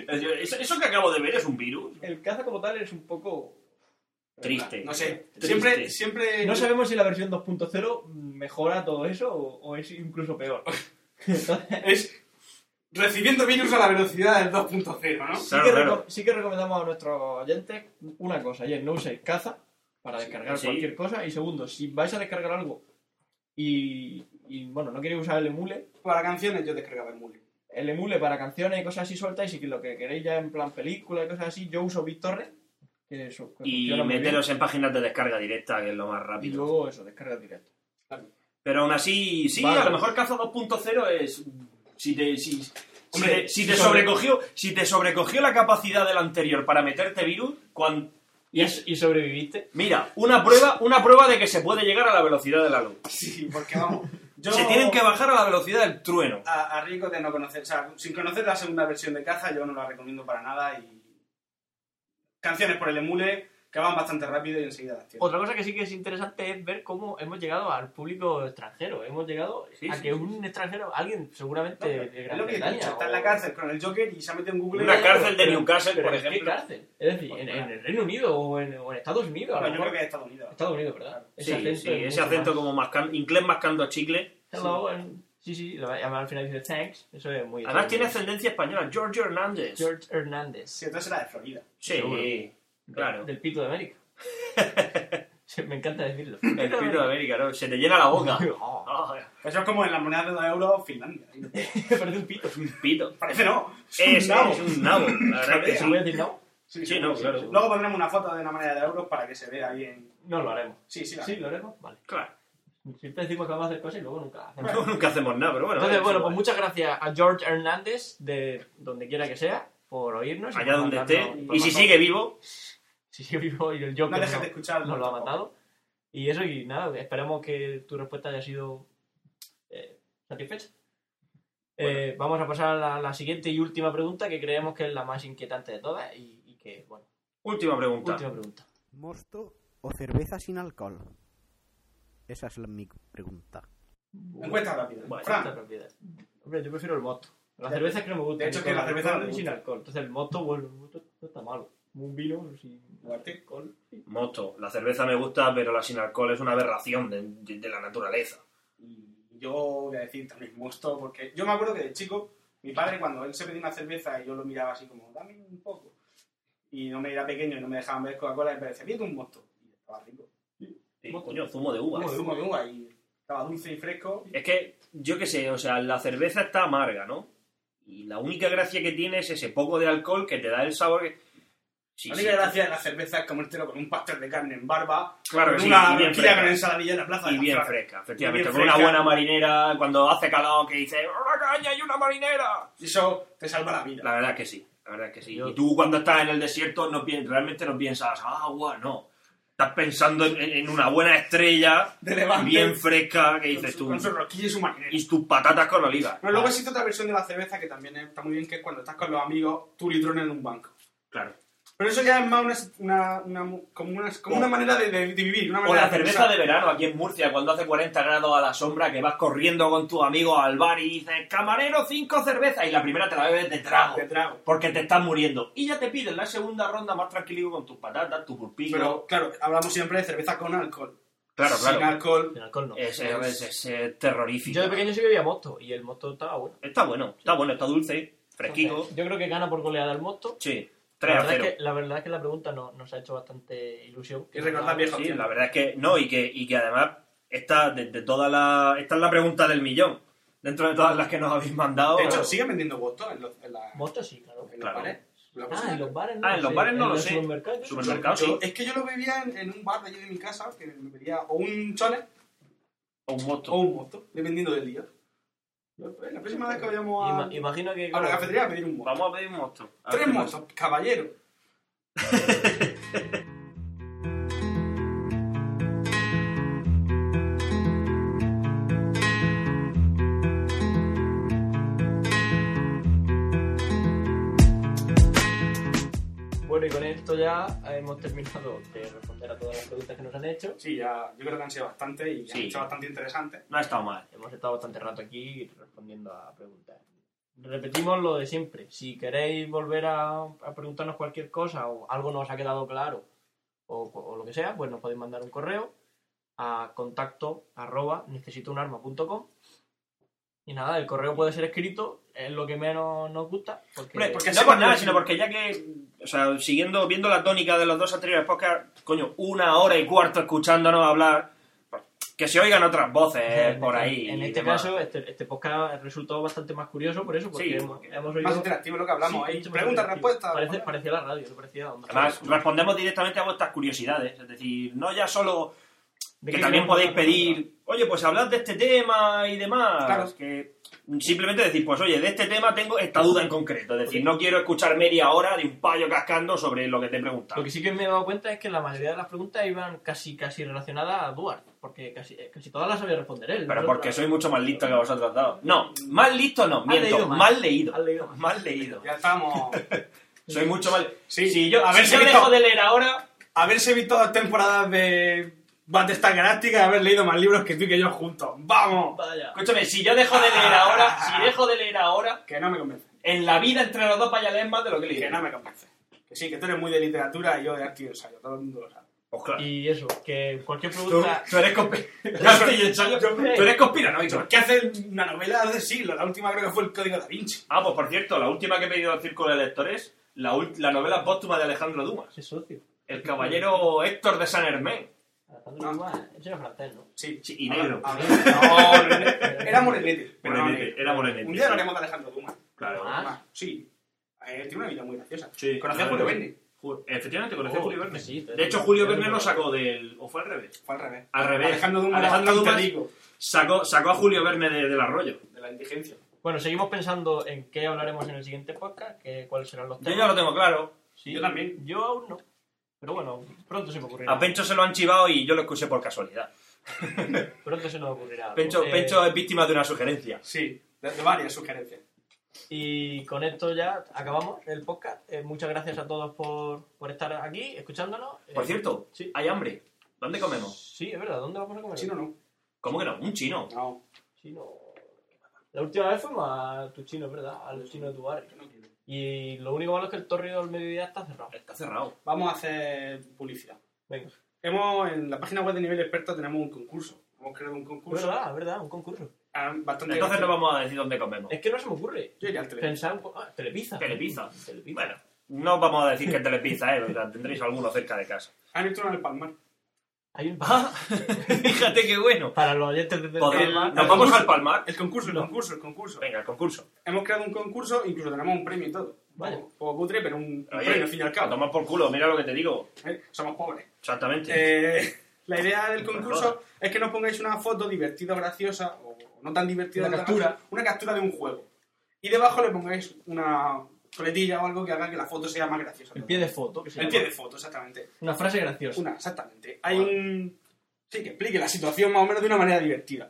Speaker 3: Eso, eso que acabo de ver es un virus.
Speaker 7: el caza como tal es un poco
Speaker 3: Triste.
Speaker 2: No sé,
Speaker 3: Triste.
Speaker 2: siempre, siempre...
Speaker 7: No sabemos si la versión 2.0 mejora todo eso o, o es incluso peor. Entonces,
Speaker 2: Es recibiendo virus a la velocidad del 2.0, ¿no?
Speaker 7: sí,
Speaker 3: Claro,
Speaker 7: que
Speaker 3: claro.
Speaker 7: reco- sí que recomendamos a nuestros oyentes una cosa, y es no uséis caza para descargar
Speaker 3: Sí.
Speaker 7: cualquier cosa. Y segundo, si vais a descargar algo y, y, bueno, no queréis usar el emule,
Speaker 2: Para canciones yo descargaba el Mule.
Speaker 7: el emule para canciones y cosas así sueltas, y si lo que queréis ya en plan película y cosas así, yo uso BitTorrent, que eso que
Speaker 3: Y
Speaker 7: funciona muy bien.
Speaker 3: meteros en páginas de descarga directa, que es lo más
Speaker 7: Y
Speaker 3: rápido.
Speaker 7: luego eso, descarga directa.
Speaker 3: Pero aún así, sí,
Speaker 7: Vale.
Speaker 3: a lo mejor Caza 2.0 es. Si te, si, si
Speaker 2: Hombre,
Speaker 3: te- si
Speaker 7: si
Speaker 3: te
Speaker 7: sobre-
Speaker 3: sobrecogió, si te sobrecogió la capacidad del anterior para meterte virus, cuan-
Speaker 7: ¿Y, sobreviviste?
Speaker 3: mira, una prueba, una prueba de que se puede llegar a la velocidad de la luz.
Speaker 2: Sí, porque vamos, yo
Speaker 3: Se tienen que bajar a la velocidad del trueno.
Speaker 2: a, a riesgo de no conocer, o sea, sin conocer la segunda versión de Caza, yo no la recomiendo para nada y canciones por el emule que van bastante rápido y enseguida las tienes.
Speaker 7: Otra cosa que sí que es interesante es ver cómo hemos llegado al público extranjero. Hemos llegado
Speaker 3: Sí,
Speaker 7: a
Speaker 3: sí,
Speaker 7: que
Speaker 3: sí,
Speaker 7: un extranjero, alguien
Speaker 2: No,
Speaker 7: seguramente
Speaker 2: pero
Speaker 7: de
Speaker 2: es
Speaker 7: Gran
Speaker 2: lo que he
Speaker 7: Bretaña
Speaker 2: dicho,
Speaker 7: o-
Speaker 2: está en la cárcel con el Joker y se ha metido en Google.
Speaker 3: Una
Speaker 2: y-
Speaker 3: cárcel de
Speaker 7: Pero-
Speaker 3: Newcastle,
Speaker 7: pero
Speaker 3: por
Speaker 7: ¿en qué
Speaker 3: ejemplo.
Speaker 7: cárcel? Es decir, en, en el Reino Unido o en, o en Estados Unidos. a lo
Speaker 2: Bueno, yo creo
Speaker 7: mejor.
Speaker 2: que es Estados Unidos.
Speaker 7: Estados Unidos, ¿verdad?
Speaker 3: Sí, sí,
Speaker 7: acento es
Speaker 3: ese
Speaker 7: mucho
Speaker 3: acento
Speaker 7: más-
Speaker 3: como mascan- inglés mascando chicle.
Speaker 7: Hello, and- sí, sí, lo- además al final dice thanks. Eso es muy.
Speaker 3: Además
Speaker 7: muy-
Speaker 3: tiene ascendencia española, George Hernández.
Speaker 7: George Hernández.
Speaker 2: Sí, entonces era de Florida.
Speaker 3: Sí,
Speaker 7: Seguro.
Speaker 3: claro.
Speaker 7: Del pito de América.
Speaker 1: Se- Me encanta decirlo.
Speaker 3: El pito de América, ¿no? Se te llena la boca.
Speaker 1: Oh,
Speaker 3: Ah,
Speaker 2: Eso es como en la moneda de dos euros Finlandia.
Speaker 1: Parece un pito.
Speaker 3: es un pito.
Speaker 2: Parece no.
Speaker 3: Es,
Speaker 2: un nabo.
Speaker 3: es un nabo. La verdad que
Speaker 1: ¿Se
Speaker 3: sí.
Speaker 1: puede decir no?
Speaker 3: Sí, no, claro.
Speaker 2: Luego pondremos una foto de una moneda de euros para que se vea bien.
Speaker 1: No lo haremos.
Speaker 2: Sí, sí, la-
Speaker 1: ¿Sí? ¿Lo haremos? Vale.
Speaker 3: Claro.
Speaker 1: Siempre decimos que vamos a hacer cosas y luego nunca hacemos.
Speaker 3: No, nunca hacemos nada, pero bueno.
Speaker 1: Entonces,
Speaker 3: eh,
Speaker 1: bueno,
Speaker 3: sí,
Speaker 1: pues
Speaker 3: vale.
Speaker 1: muchas gracias a George Hernández, de donde quiera que sea, por oírnos. y
Speaker 3: eh, Allá
Speaker 1: por
Speaker 3: donde
Speaker 1: mandarnos
Speaker 3: esté. Y si
Speaker 1: información.
Speaker 3: sigue vivo,
Speaker 1: Si sigue vivo y el Joker
Speaker 2: No
Speaker 1: no,
Speaker 2: dejes de escucharlo.
Speaker 1: nos lo ha matado. Y eso, y nada, esperamos que tu respuesta haya sido eh, satisfecha. Eh, vamos a pasar a la, la siguiente y última pregunta, que creemos que es la más inquietante de todas y, y que, bueno,
Speaker 3: última pregunta.
Speaker 1: última pregunta.
Speaker 6: ¿Mosto o cerveza sin alcohol? Esa es la- mi pregunta.
Speaker 2: Encuesta rápida.
Speaker 1: Bueno, esta
Speaker 2: Fran,
Speaker 1: propiedad. Hombre, yo prefiero el mosto. La cerveza es que no me gusta.
Speaker 2: De hecho,
Speaker 1: ni
Speaker 2: que
Speaker 1: con
Speaker 2: la cerveza
Speaker 1: alcohol
Speaker 2: no me
Speaker 1: ni sin
Speaker 2: gusta.
Speaker 1: alcohol. Entonces, el mosto, bueno, el mosto no está malo. Un vino sin
Speaker 2: Duarte.
Speaker 1: alcohol. sí.
Speaker 3: Mosto. La cerveza me gusta, pero la sin alcohol es una aberración de, de- de la naturaleza.
Speaker 2: Y yo voy a decir también mosto, porque yo me acuerdo que de chico, mi padre cuando él se pedía una cerveza y yo lo miraba así como, dame un poco, y no me era pequeño y no me dejaban ver Coca-Cola, y me decía, pídete un mosto. Y estaba rico.
Speaker 3: Y,
Speaker 1: Mosto.
Speaker 3: coño, zumo de uva.
Speaker 2: Como de humo de uva y estaba dulce y fresco.
Speaker 3: Es que, yo qué sé, o sea, la cerveza está amarga, ¿no? Y la única gracia que tiene es ese poco de alcohol que te da el sabor que... Sí,
Speaker 2: la
Speaker 3: sí,
Speaker 2: única gracia de la cerveza es comértelo con un pastel de carne en barba,
Speaker 3: Claro que
Speaker 2: con
Speaker 3: sí,
Speaker 2: una
Speaker 3: y bien
Speaker 2: horquilla
Speaker 3: fresca.
Speaker 2: con ensaladilla en la plaza. de
Speaker 3: Y
Speaker 2: la
Speaker 3: bien
Speaker 2: Flor.
Speaker 3: fresca, efectivamente.
Speaker 2: bien
Speaker 3: con una
Speaker 2: fresca.
Speaker 3: buena marinera, cuando hace calor, que dice ¡Una caña y una marinera!
Speaker 2: Y eso te salva la vida.
Speaker 3: La verdad es que sí, la verdad es que sí. Y tú cuando estás en el desierto no pi- realmente no piensas "Ah, agua, no. Estás pensando en, en una buena estrella,
Speaker 2: De Levante.
Speaker 3: bien fresca, que
Speaker 2: con,
Speaker 3: dices
Speaker 2: su,
Speaker 3: tú.
Speaker 2: con su rosquilla y su marinera.
Speaker 3: Y tus patatas con oliva.
Speaker 2: Bueno, luego existe otra versión de la cerveza que también está muy bien, que es cuando estás con los amigos, tú litrona en un banco.
Speaker 3: Claro.
Speaker 2: Pero eso ya es más una, una, una- como, una, como una manera de, de- de vivir. Una
Speaker 3: O
Speaker 2: manera
Speaker 3: la cerveza
Speaker 2: pensar.
Speaker 3: de verano aquí en Murcia, cuando hace 40 grados a la sombra, que vas corriendo con tus amigos al bar y dices, camarero, cinco cervezas, y la primera te la bebes de trago,
Speaker 2: De trago.
Speaker 3: porque te estás muriendo. Y ya te piden la segunda ronda más tranquilo con tus patatas, tu pulpillo.
Speaker 2: Pero claro, hablamos siempre de cerveza con alcohol.
Speaker 3: claro,
Speaker 2: Sin alcohol.
Speaker 1: Sin alcohol no.
Speaker 2: Eh,
Speaker 3: Es, es- es- es terrorífico.
Speaker 1: Yo de pequeño sí bebía mosto y el mosto estaba bueno.
Speaker 3: Está bueno, está bueno, está dulce, fresquito.
Speaker 1: Entonces, Yo creo que gana por goleada el mosto.
Speaker 3: Sí,
Speaker 1: La
Speaker 3: 3 a
Speaker 1: verdad, es
Speaker 3: 0.
Speaker 1: que, la verdad es que la pregunta no, nos ha hecho bastante ilusión.
Speaker 2: Y recordar viejos
Speaker 3: Sí,
Speaker 2: tiempos.
Speaker 3: la verdad es que no, y que, y que además esta, de, de toda la, esta es la pregunta del millón. Dentro de todas las que nos habéis mandado.
Speaker 2: De hecho, siguen vendiendo votos en, los- en la- en los
Speaker 1: Mosto sí, claro.
Speaker 3: Claro.
Speaker 2: bares. La
Speaker 1: Ah,
Speaker 2: próxima-
Speaker 1: en los bares no
Speaker 3: Ah, en
Speaker 1: lo
Speaker 3: los
Speaker 1: sé.
Speaker 3: bares no
Speaker 1: En
Speaker 3: lo
Speaker 1: los
Speaker 3: sé.
Speaker 1: supermercados.
Speaker 3: Supermercado,
Speaker 2: Yo-
Speaker 3: sí.
Speaker 2: Es que yo lo bebía en, en un bar de allí de mi casa, que me pedía o un chole
Speaker 3: O un mosto.
Speaker 2: o un mosto, dependiendo del día. Yo, pues, La próxima vez que vayamos a,
Speaker 1: Ima- imagino que.
Speaker 2: a la cafetería a pedir un mosto.
Speaker 3: Vamos a pedir un mosto. A ver
Speaker 2: Tres
Speaker 3: qué pasa.
Speaker 2: mostos, caballero.
Speaker 1: Bueno, y con esto ya hemos terminado de responder a todas las preguntas que nos han hecho.
Speaker 2: Sí, ya, yo creo que han sido bastante y han
Speaker 3: Sí.
Speaker 2: hecho bastante interesantes.
Speaker 3: No ha estado mal.
Speaker 1: Hemos estado bastante rato aquí respondiendo a preguntas. Repetimos lo de siempre. Si queréis volver a, a preguntarnos cualquier cosa o algo no os ha quedado claro o, o lo que sea, pues nos podéis mandar un correo a contacto arroba necesitounarma.com y nada, el correo puede ser escrito, es lo que menos nos gusta. Porque,
Speaker 3: Hombre,
Speaker 2: porque
Speaker 3: no
Speaker 2: sí,
Speaker 3: por nada,
Speaker 2: porque-
Speaker 3: sino porque ya que, o sea, siguiendo, viendo la tónica de los dos anteriores podcasts, coño, una hora y cuarto escuchándonos hablar, pues, que se oigan otras voces eh,
Speaker 1: en-
Speaker 3: por ahí.
Speaker 1: En,
Speaker 3: y
Speaker 1: este
Speaker 3: demás.
Speaker 1: caso, este, este podcast resultó bastante más curioso por eso, porque
Speaker 3: Sí,
Speaker 1: hemos,
Speaker 3: porque
Speaker 1: hemos
Speaker 2: Más
Speaker 1: oído...
Speaker 2: interactivo lo que hablamos. ¿eh?
Speaker 1: Sí,
Speaker 2: ahí.
Speaker 1: mucho más
Speaker 2: Preguntas,
Speaker 1: divertido.
Speaker 2: respuestas.
Speaker 1: Parece,
Speaker 2: respuestas.
Speaker 1: parecía la radio, no parecía onda.
Speaker 3: Además, respondemos directamente a vuestras curiosidades. Es decir, no ya solo
Speaker 1: ¿De
Speaker 3: que
Speaker 1: qué
Speaker 3: también
Speaker 1: queremos
Speaker 3: podéis
Speaker 1: hablar nosotros?
Speaker 3: pedir, oye, pues hablad de este tema y demás.
Speaker 2: Claro.
Speaker 3: Que simplemente decir, pues oye, de este tema tengo esta duda en concreto. Es decir, no quiero escuchar media hora de un payo cascando sobre lo que te he preguntado.
Speaker 1: Lo que sí que me he dado cuenta es que la mayoría de las preguntas iban casi casi relacionadas a Duarte, porque casi, eh, casi todas las sabía responder él.
Speaker 3: Pero
Speaker 1: Nosotros-
Speaker 3: porque soy mucho más listo que vosotros dos. No, más listo no, miento,
Speaker 1: leído más.
Speaker 3: mal leído.
Speaker 1: Has leído más.
Speaker 3: Mal leído.
Speaker 2: Ya estamos.
Speaker 3: Soy mucho mal.
Speaker 2: Sí,
Speaker 3: si yo,
Speaker 2: a ver
Speaker 3: si
Speaker 2: si
Speaker 3: yo
Speaker 2: he
Speaker 3: dejo
Speaker 2: visto-
Speaker 3: de leer ahora,
Speaker 2: Haberse visto dos temporadas de Battlestar Galáctica y haber leído más libros que tú y que yo juntos. ¡Vamos!
Speaker 1: Vaya.
Speaker 3: escúchame, si yo dejo de leer ahora, si dejo de leer ahora,
Speaker 2: Que no me convence.
Speaker 3: en la vida entre los dos vaya a leer más de lo que leí.
Speaker 2: Que no me convence. Que sí, que tú eres muy de literatura y yo de arte y ensayo. Todo el mundo lo sabe.
Speaker 3: Pues claro.
Speaker 1: Y eso, que cualquier
Speaker 3: Tú,
Speaker 1: pregunta.
Speaker 3: tú eres conspi- Arte y ensayo.
Speaker 1: Yo-
Speaker 3: Tú eres conspiranoico.
Speaker 2: ¿Qué hace una novela de siglo? La última creo que fue El Código da Vinci.
Speaker 3: Ah, pues por cierto, la última que he pedido al círculo de lectores, la, ul- la novela póstuma de Alejandro Dumas,
Speaker 1: Ese socio.
Speaker 3: el caballero Héctor de San Hermén.
Speaker 1: La espátula uva, eso era francés, ¿no?
Speaker 2: Sí.
Speaker 3: Sí, y negro.
Speaker 1: ah,
Speaker 2: A ver, no, morenete. era morenete. pero no
Speaker 3: Morenete,
Speaker 2: negro.
Speaker 3: era morenete,
Speaker 2: Un día
Speaker 3: sí.
Speaker 2: hablaremos de Alejandro Dumas.
Speaker 3: Claro.
Speaker 1: Ah.
Speaker 2: Dumas, Sí. Eh, tiene una vida muy graciosa.
Speaker 3: Sí,
Speaker 2: Conocí a
Speaker 3: claro.
Speaker 2: Julio Verne.
Speaker 3: Ju- Efectivamente, conocí a
Speaker 1: Oh,
Speaker 3: Julio Verne.
Speaker 1: sí, te-
Speaker 3: de hecho, Julio
Speaker 1: te-
Speaker 3: Verne lo sacó del. ¿O fue al revés?
Speaker 2: Fue al revés.
Speaker 3: Al revés.
Speaker 2: Alejandro Dumas.
Speaker 3: Alejandro
Speaker 2: te
Speaker 3: Dumas
Speaker 2: digo,
Speaker 3: sacó, sacó a Julio Verne de- del arroyo.
Speaker 2: De la indigencia.
Speaker 1: Bueno, seguimos pensando en qué hablaremos en el siguiente podcast, que, cuáles serán los
Speaker 3: Yo
Speaker 1: temas.
Speaker 3: ya lo tengo claro.
Speaker 1: Sí,
Speaker 2: yo también.
Speaker 1: Yo aún no. Pero bueno, pronto se me ocurrirá.
Speaker 3: A Pencho se lo han chivado y yo lo escuché por casualidad.
Speaker 1: Pronto se nos ocurrirá. algo.
Speaker 3: Pencho,
Speaker 1: Eh,
Speaker 3: Pencho es víctima de una sugerencia.
Speaker 2: Sí, de, de varias sugerencias.
Speaker 1: Y con esto ya acabamos el podcast. Eh, muchas gracias a todos por, por estar aquí, escuchándonos. Eh,
Speaker 3: Por cierto,
Speaker 1: sí.
Speaker 3: hay hambre. ¿Dónde comemos?
Speaker 1: Sí, es verdad. ¿Dónde vamos a comer?
Speaker 2: Chino no.
Speaker 3: ¿Cómo que no? Un chino.
Speaker 2: No,
Speaker 1: Chino. La última vez fuimos a tu chino, es verdad, al chino de tu barrio.
Speaker 2: yo no quiero.
Speaker 1: Y lo único malo es que el torrido al mediodía está cerrado.
Speaker 3: Está cerrado.
Speaker 2: Vamos a hacer publicidad.
Speaker 1: Venga.
Speaker 2: Hemos, en la página web de Nivel Experto tenemos un concurso. Hemos creado un
Speaker 1: Es
Speaker 2: concurso.
Speaker 1: verdad, es verdad, un concurso.
Speaker 2: ah, Bastante
Speaker 3: Entonces no vamos a decir dónde comemos.
Speaker 1: Es que no se me ocurre.
Speaker 2: Yo iría al teléfono.
Speaker 1: Pensar un poco. Ah, Telepizza.
Speaker 3: Telepizza.
Speaker 1: Telepizza.
Speaker 3: Bueno, no vamos a decir que telepizza, ¿eh? La tendréis alguno cerca de casa.
Speaker 2: Han hecho una en el Palmar.
Speaker 1: Hay un. Ah.
Speaker 3: Fíjate qué bueno.
Speaker 1: Para los oyentes de
Speaker 3: Podré-
Speaker 1: Telepizza.
Speaker 3: Nos vamos al palmar.
Speaker 2: El concurso, el concurso, el concurso.
Speaker 3: Venga, el concurso.
Speaker 2: Hemos creado un concurso, incluso tenemos un premio y todo.
Speaker 1: Vaya.
Speaker 2: Un poco cutre, pero un, un
Speaker 3: Oye,
Speaker 2: premio, al fin y al
Speaker 3: a
Speaker 2: cabo.
Speaker 3: tomar por culo, mira lo que te digo.
Speaker 2: ¿eh? Somos pobres.
Speaker 3: Exactamente.
Speaker 2: Eh, la idea del
Speaker 3: Pues
Speaker 2: concurso es que nos pongáis una foto divertida o graciosa, o no tan divertida.
Speaker 1: Una
Speaker 2: no tan
Speaker 1: captura.
Speaker 2: graciosa, Una captura de un juego. Y debajo le pongáis una coletilla o algo que haga que la foto sea más graciosa.
Speaker 1: El pie de foto. que se
Speaker 2: El
Speaker 1: llama.
Speaker 2: pie de foto, exactamente.
Speaker 1: Una frase graciosa.
Speaker 2: Una, exactamente. Hay un... Sí, que explique la situación más o menos de una manera divertida.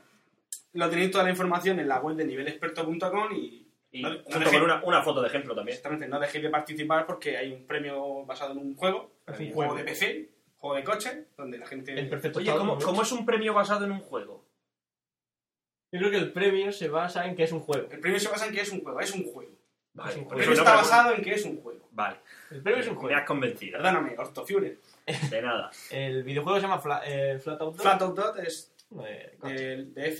Speaker 2: Lo tenéis toda la información en la web de nivelexperto.com y...
Speaker 3: Y
Speaker 2: no- no
Speaker 3: junto
Speaker 2: dejéis-
Speaker 3: con una, una foto de ejemplo también.
Speaker 2: Exactamente, no dejéis de participar porque hay un premio basado en un juego,
Speaker 1: Es
Speaker 2: un
Speaker 1: un
Speaker 2: juego
Speaker 1: juego.
Speaker 2: de PC, juego de coche, donde la gente...
Speaker 1: El perfecto
Speaker 3: Oye,
Speaker 1: estado
Speaker 3: ¿cómo,
Speaker 1: de-
Speaker 3: cómo es un premio basado en un juego?
Speaker 1: Yo creo que el premio se basa en que es un juego.
Speaker 2: El premio se basa en que es un juego, es un juego.
Speaker 3: Vale,
Speaker 1: un
Speaker 2: El
Speaker 1: juego.
Speaker 2: premio
Speaker 3: pues no
Speaker 2: está
Speaker 3: pregunto.
Speaker 2: basado en que es un juego.
Speaker 3: Vale,
Speaker 1: El premio es un
Speaker 3: me
Speaker 1: juego.
Speaker 3: has convencido.
Speaker 2: Perdóname, Ortofure.
Speaker 3: De nada.
Speaker 1: El videojuego se llama Fla- eh, Flat Out 2.
Speaker 2: Flat Out Dot es
Speaker 1: Eh, coche.
Speaker 2: de, de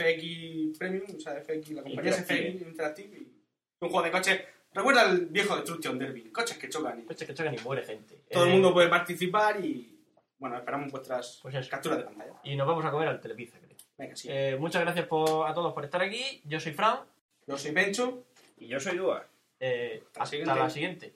Speaker 2: FX Premium, o sea, FX, la compañía es
Speaker 3: Interactive.
Speaker 2: FX Interactive y un juego de coches. Recuerda el viejo Destruction Derby, coches que chocan y
Speaker 1: Coche que chocan y muere gente.
Speaker 2: todo el
Speaker 1: Eh,
Speaker 2: mundo puede participar y bueno, esperamos vuestras
Speaker 1: Pues eso.
Speaker 2: capturas de pantalla.
Speaker 1: Y nos vamos a comer al Telepizza, creo.
Speaker 2: Venga, sí.
Speaker 1: Eh, muchas gracias por- a todos por estar aquí. Yo soy Fran.
Speaker 2: Yo soy Pencho.
Speaker 3: Y yo soy Dua.
Speaker 1: Eh, hasta
Speaker 2: siguiente.
Speaker 1: la siguiente.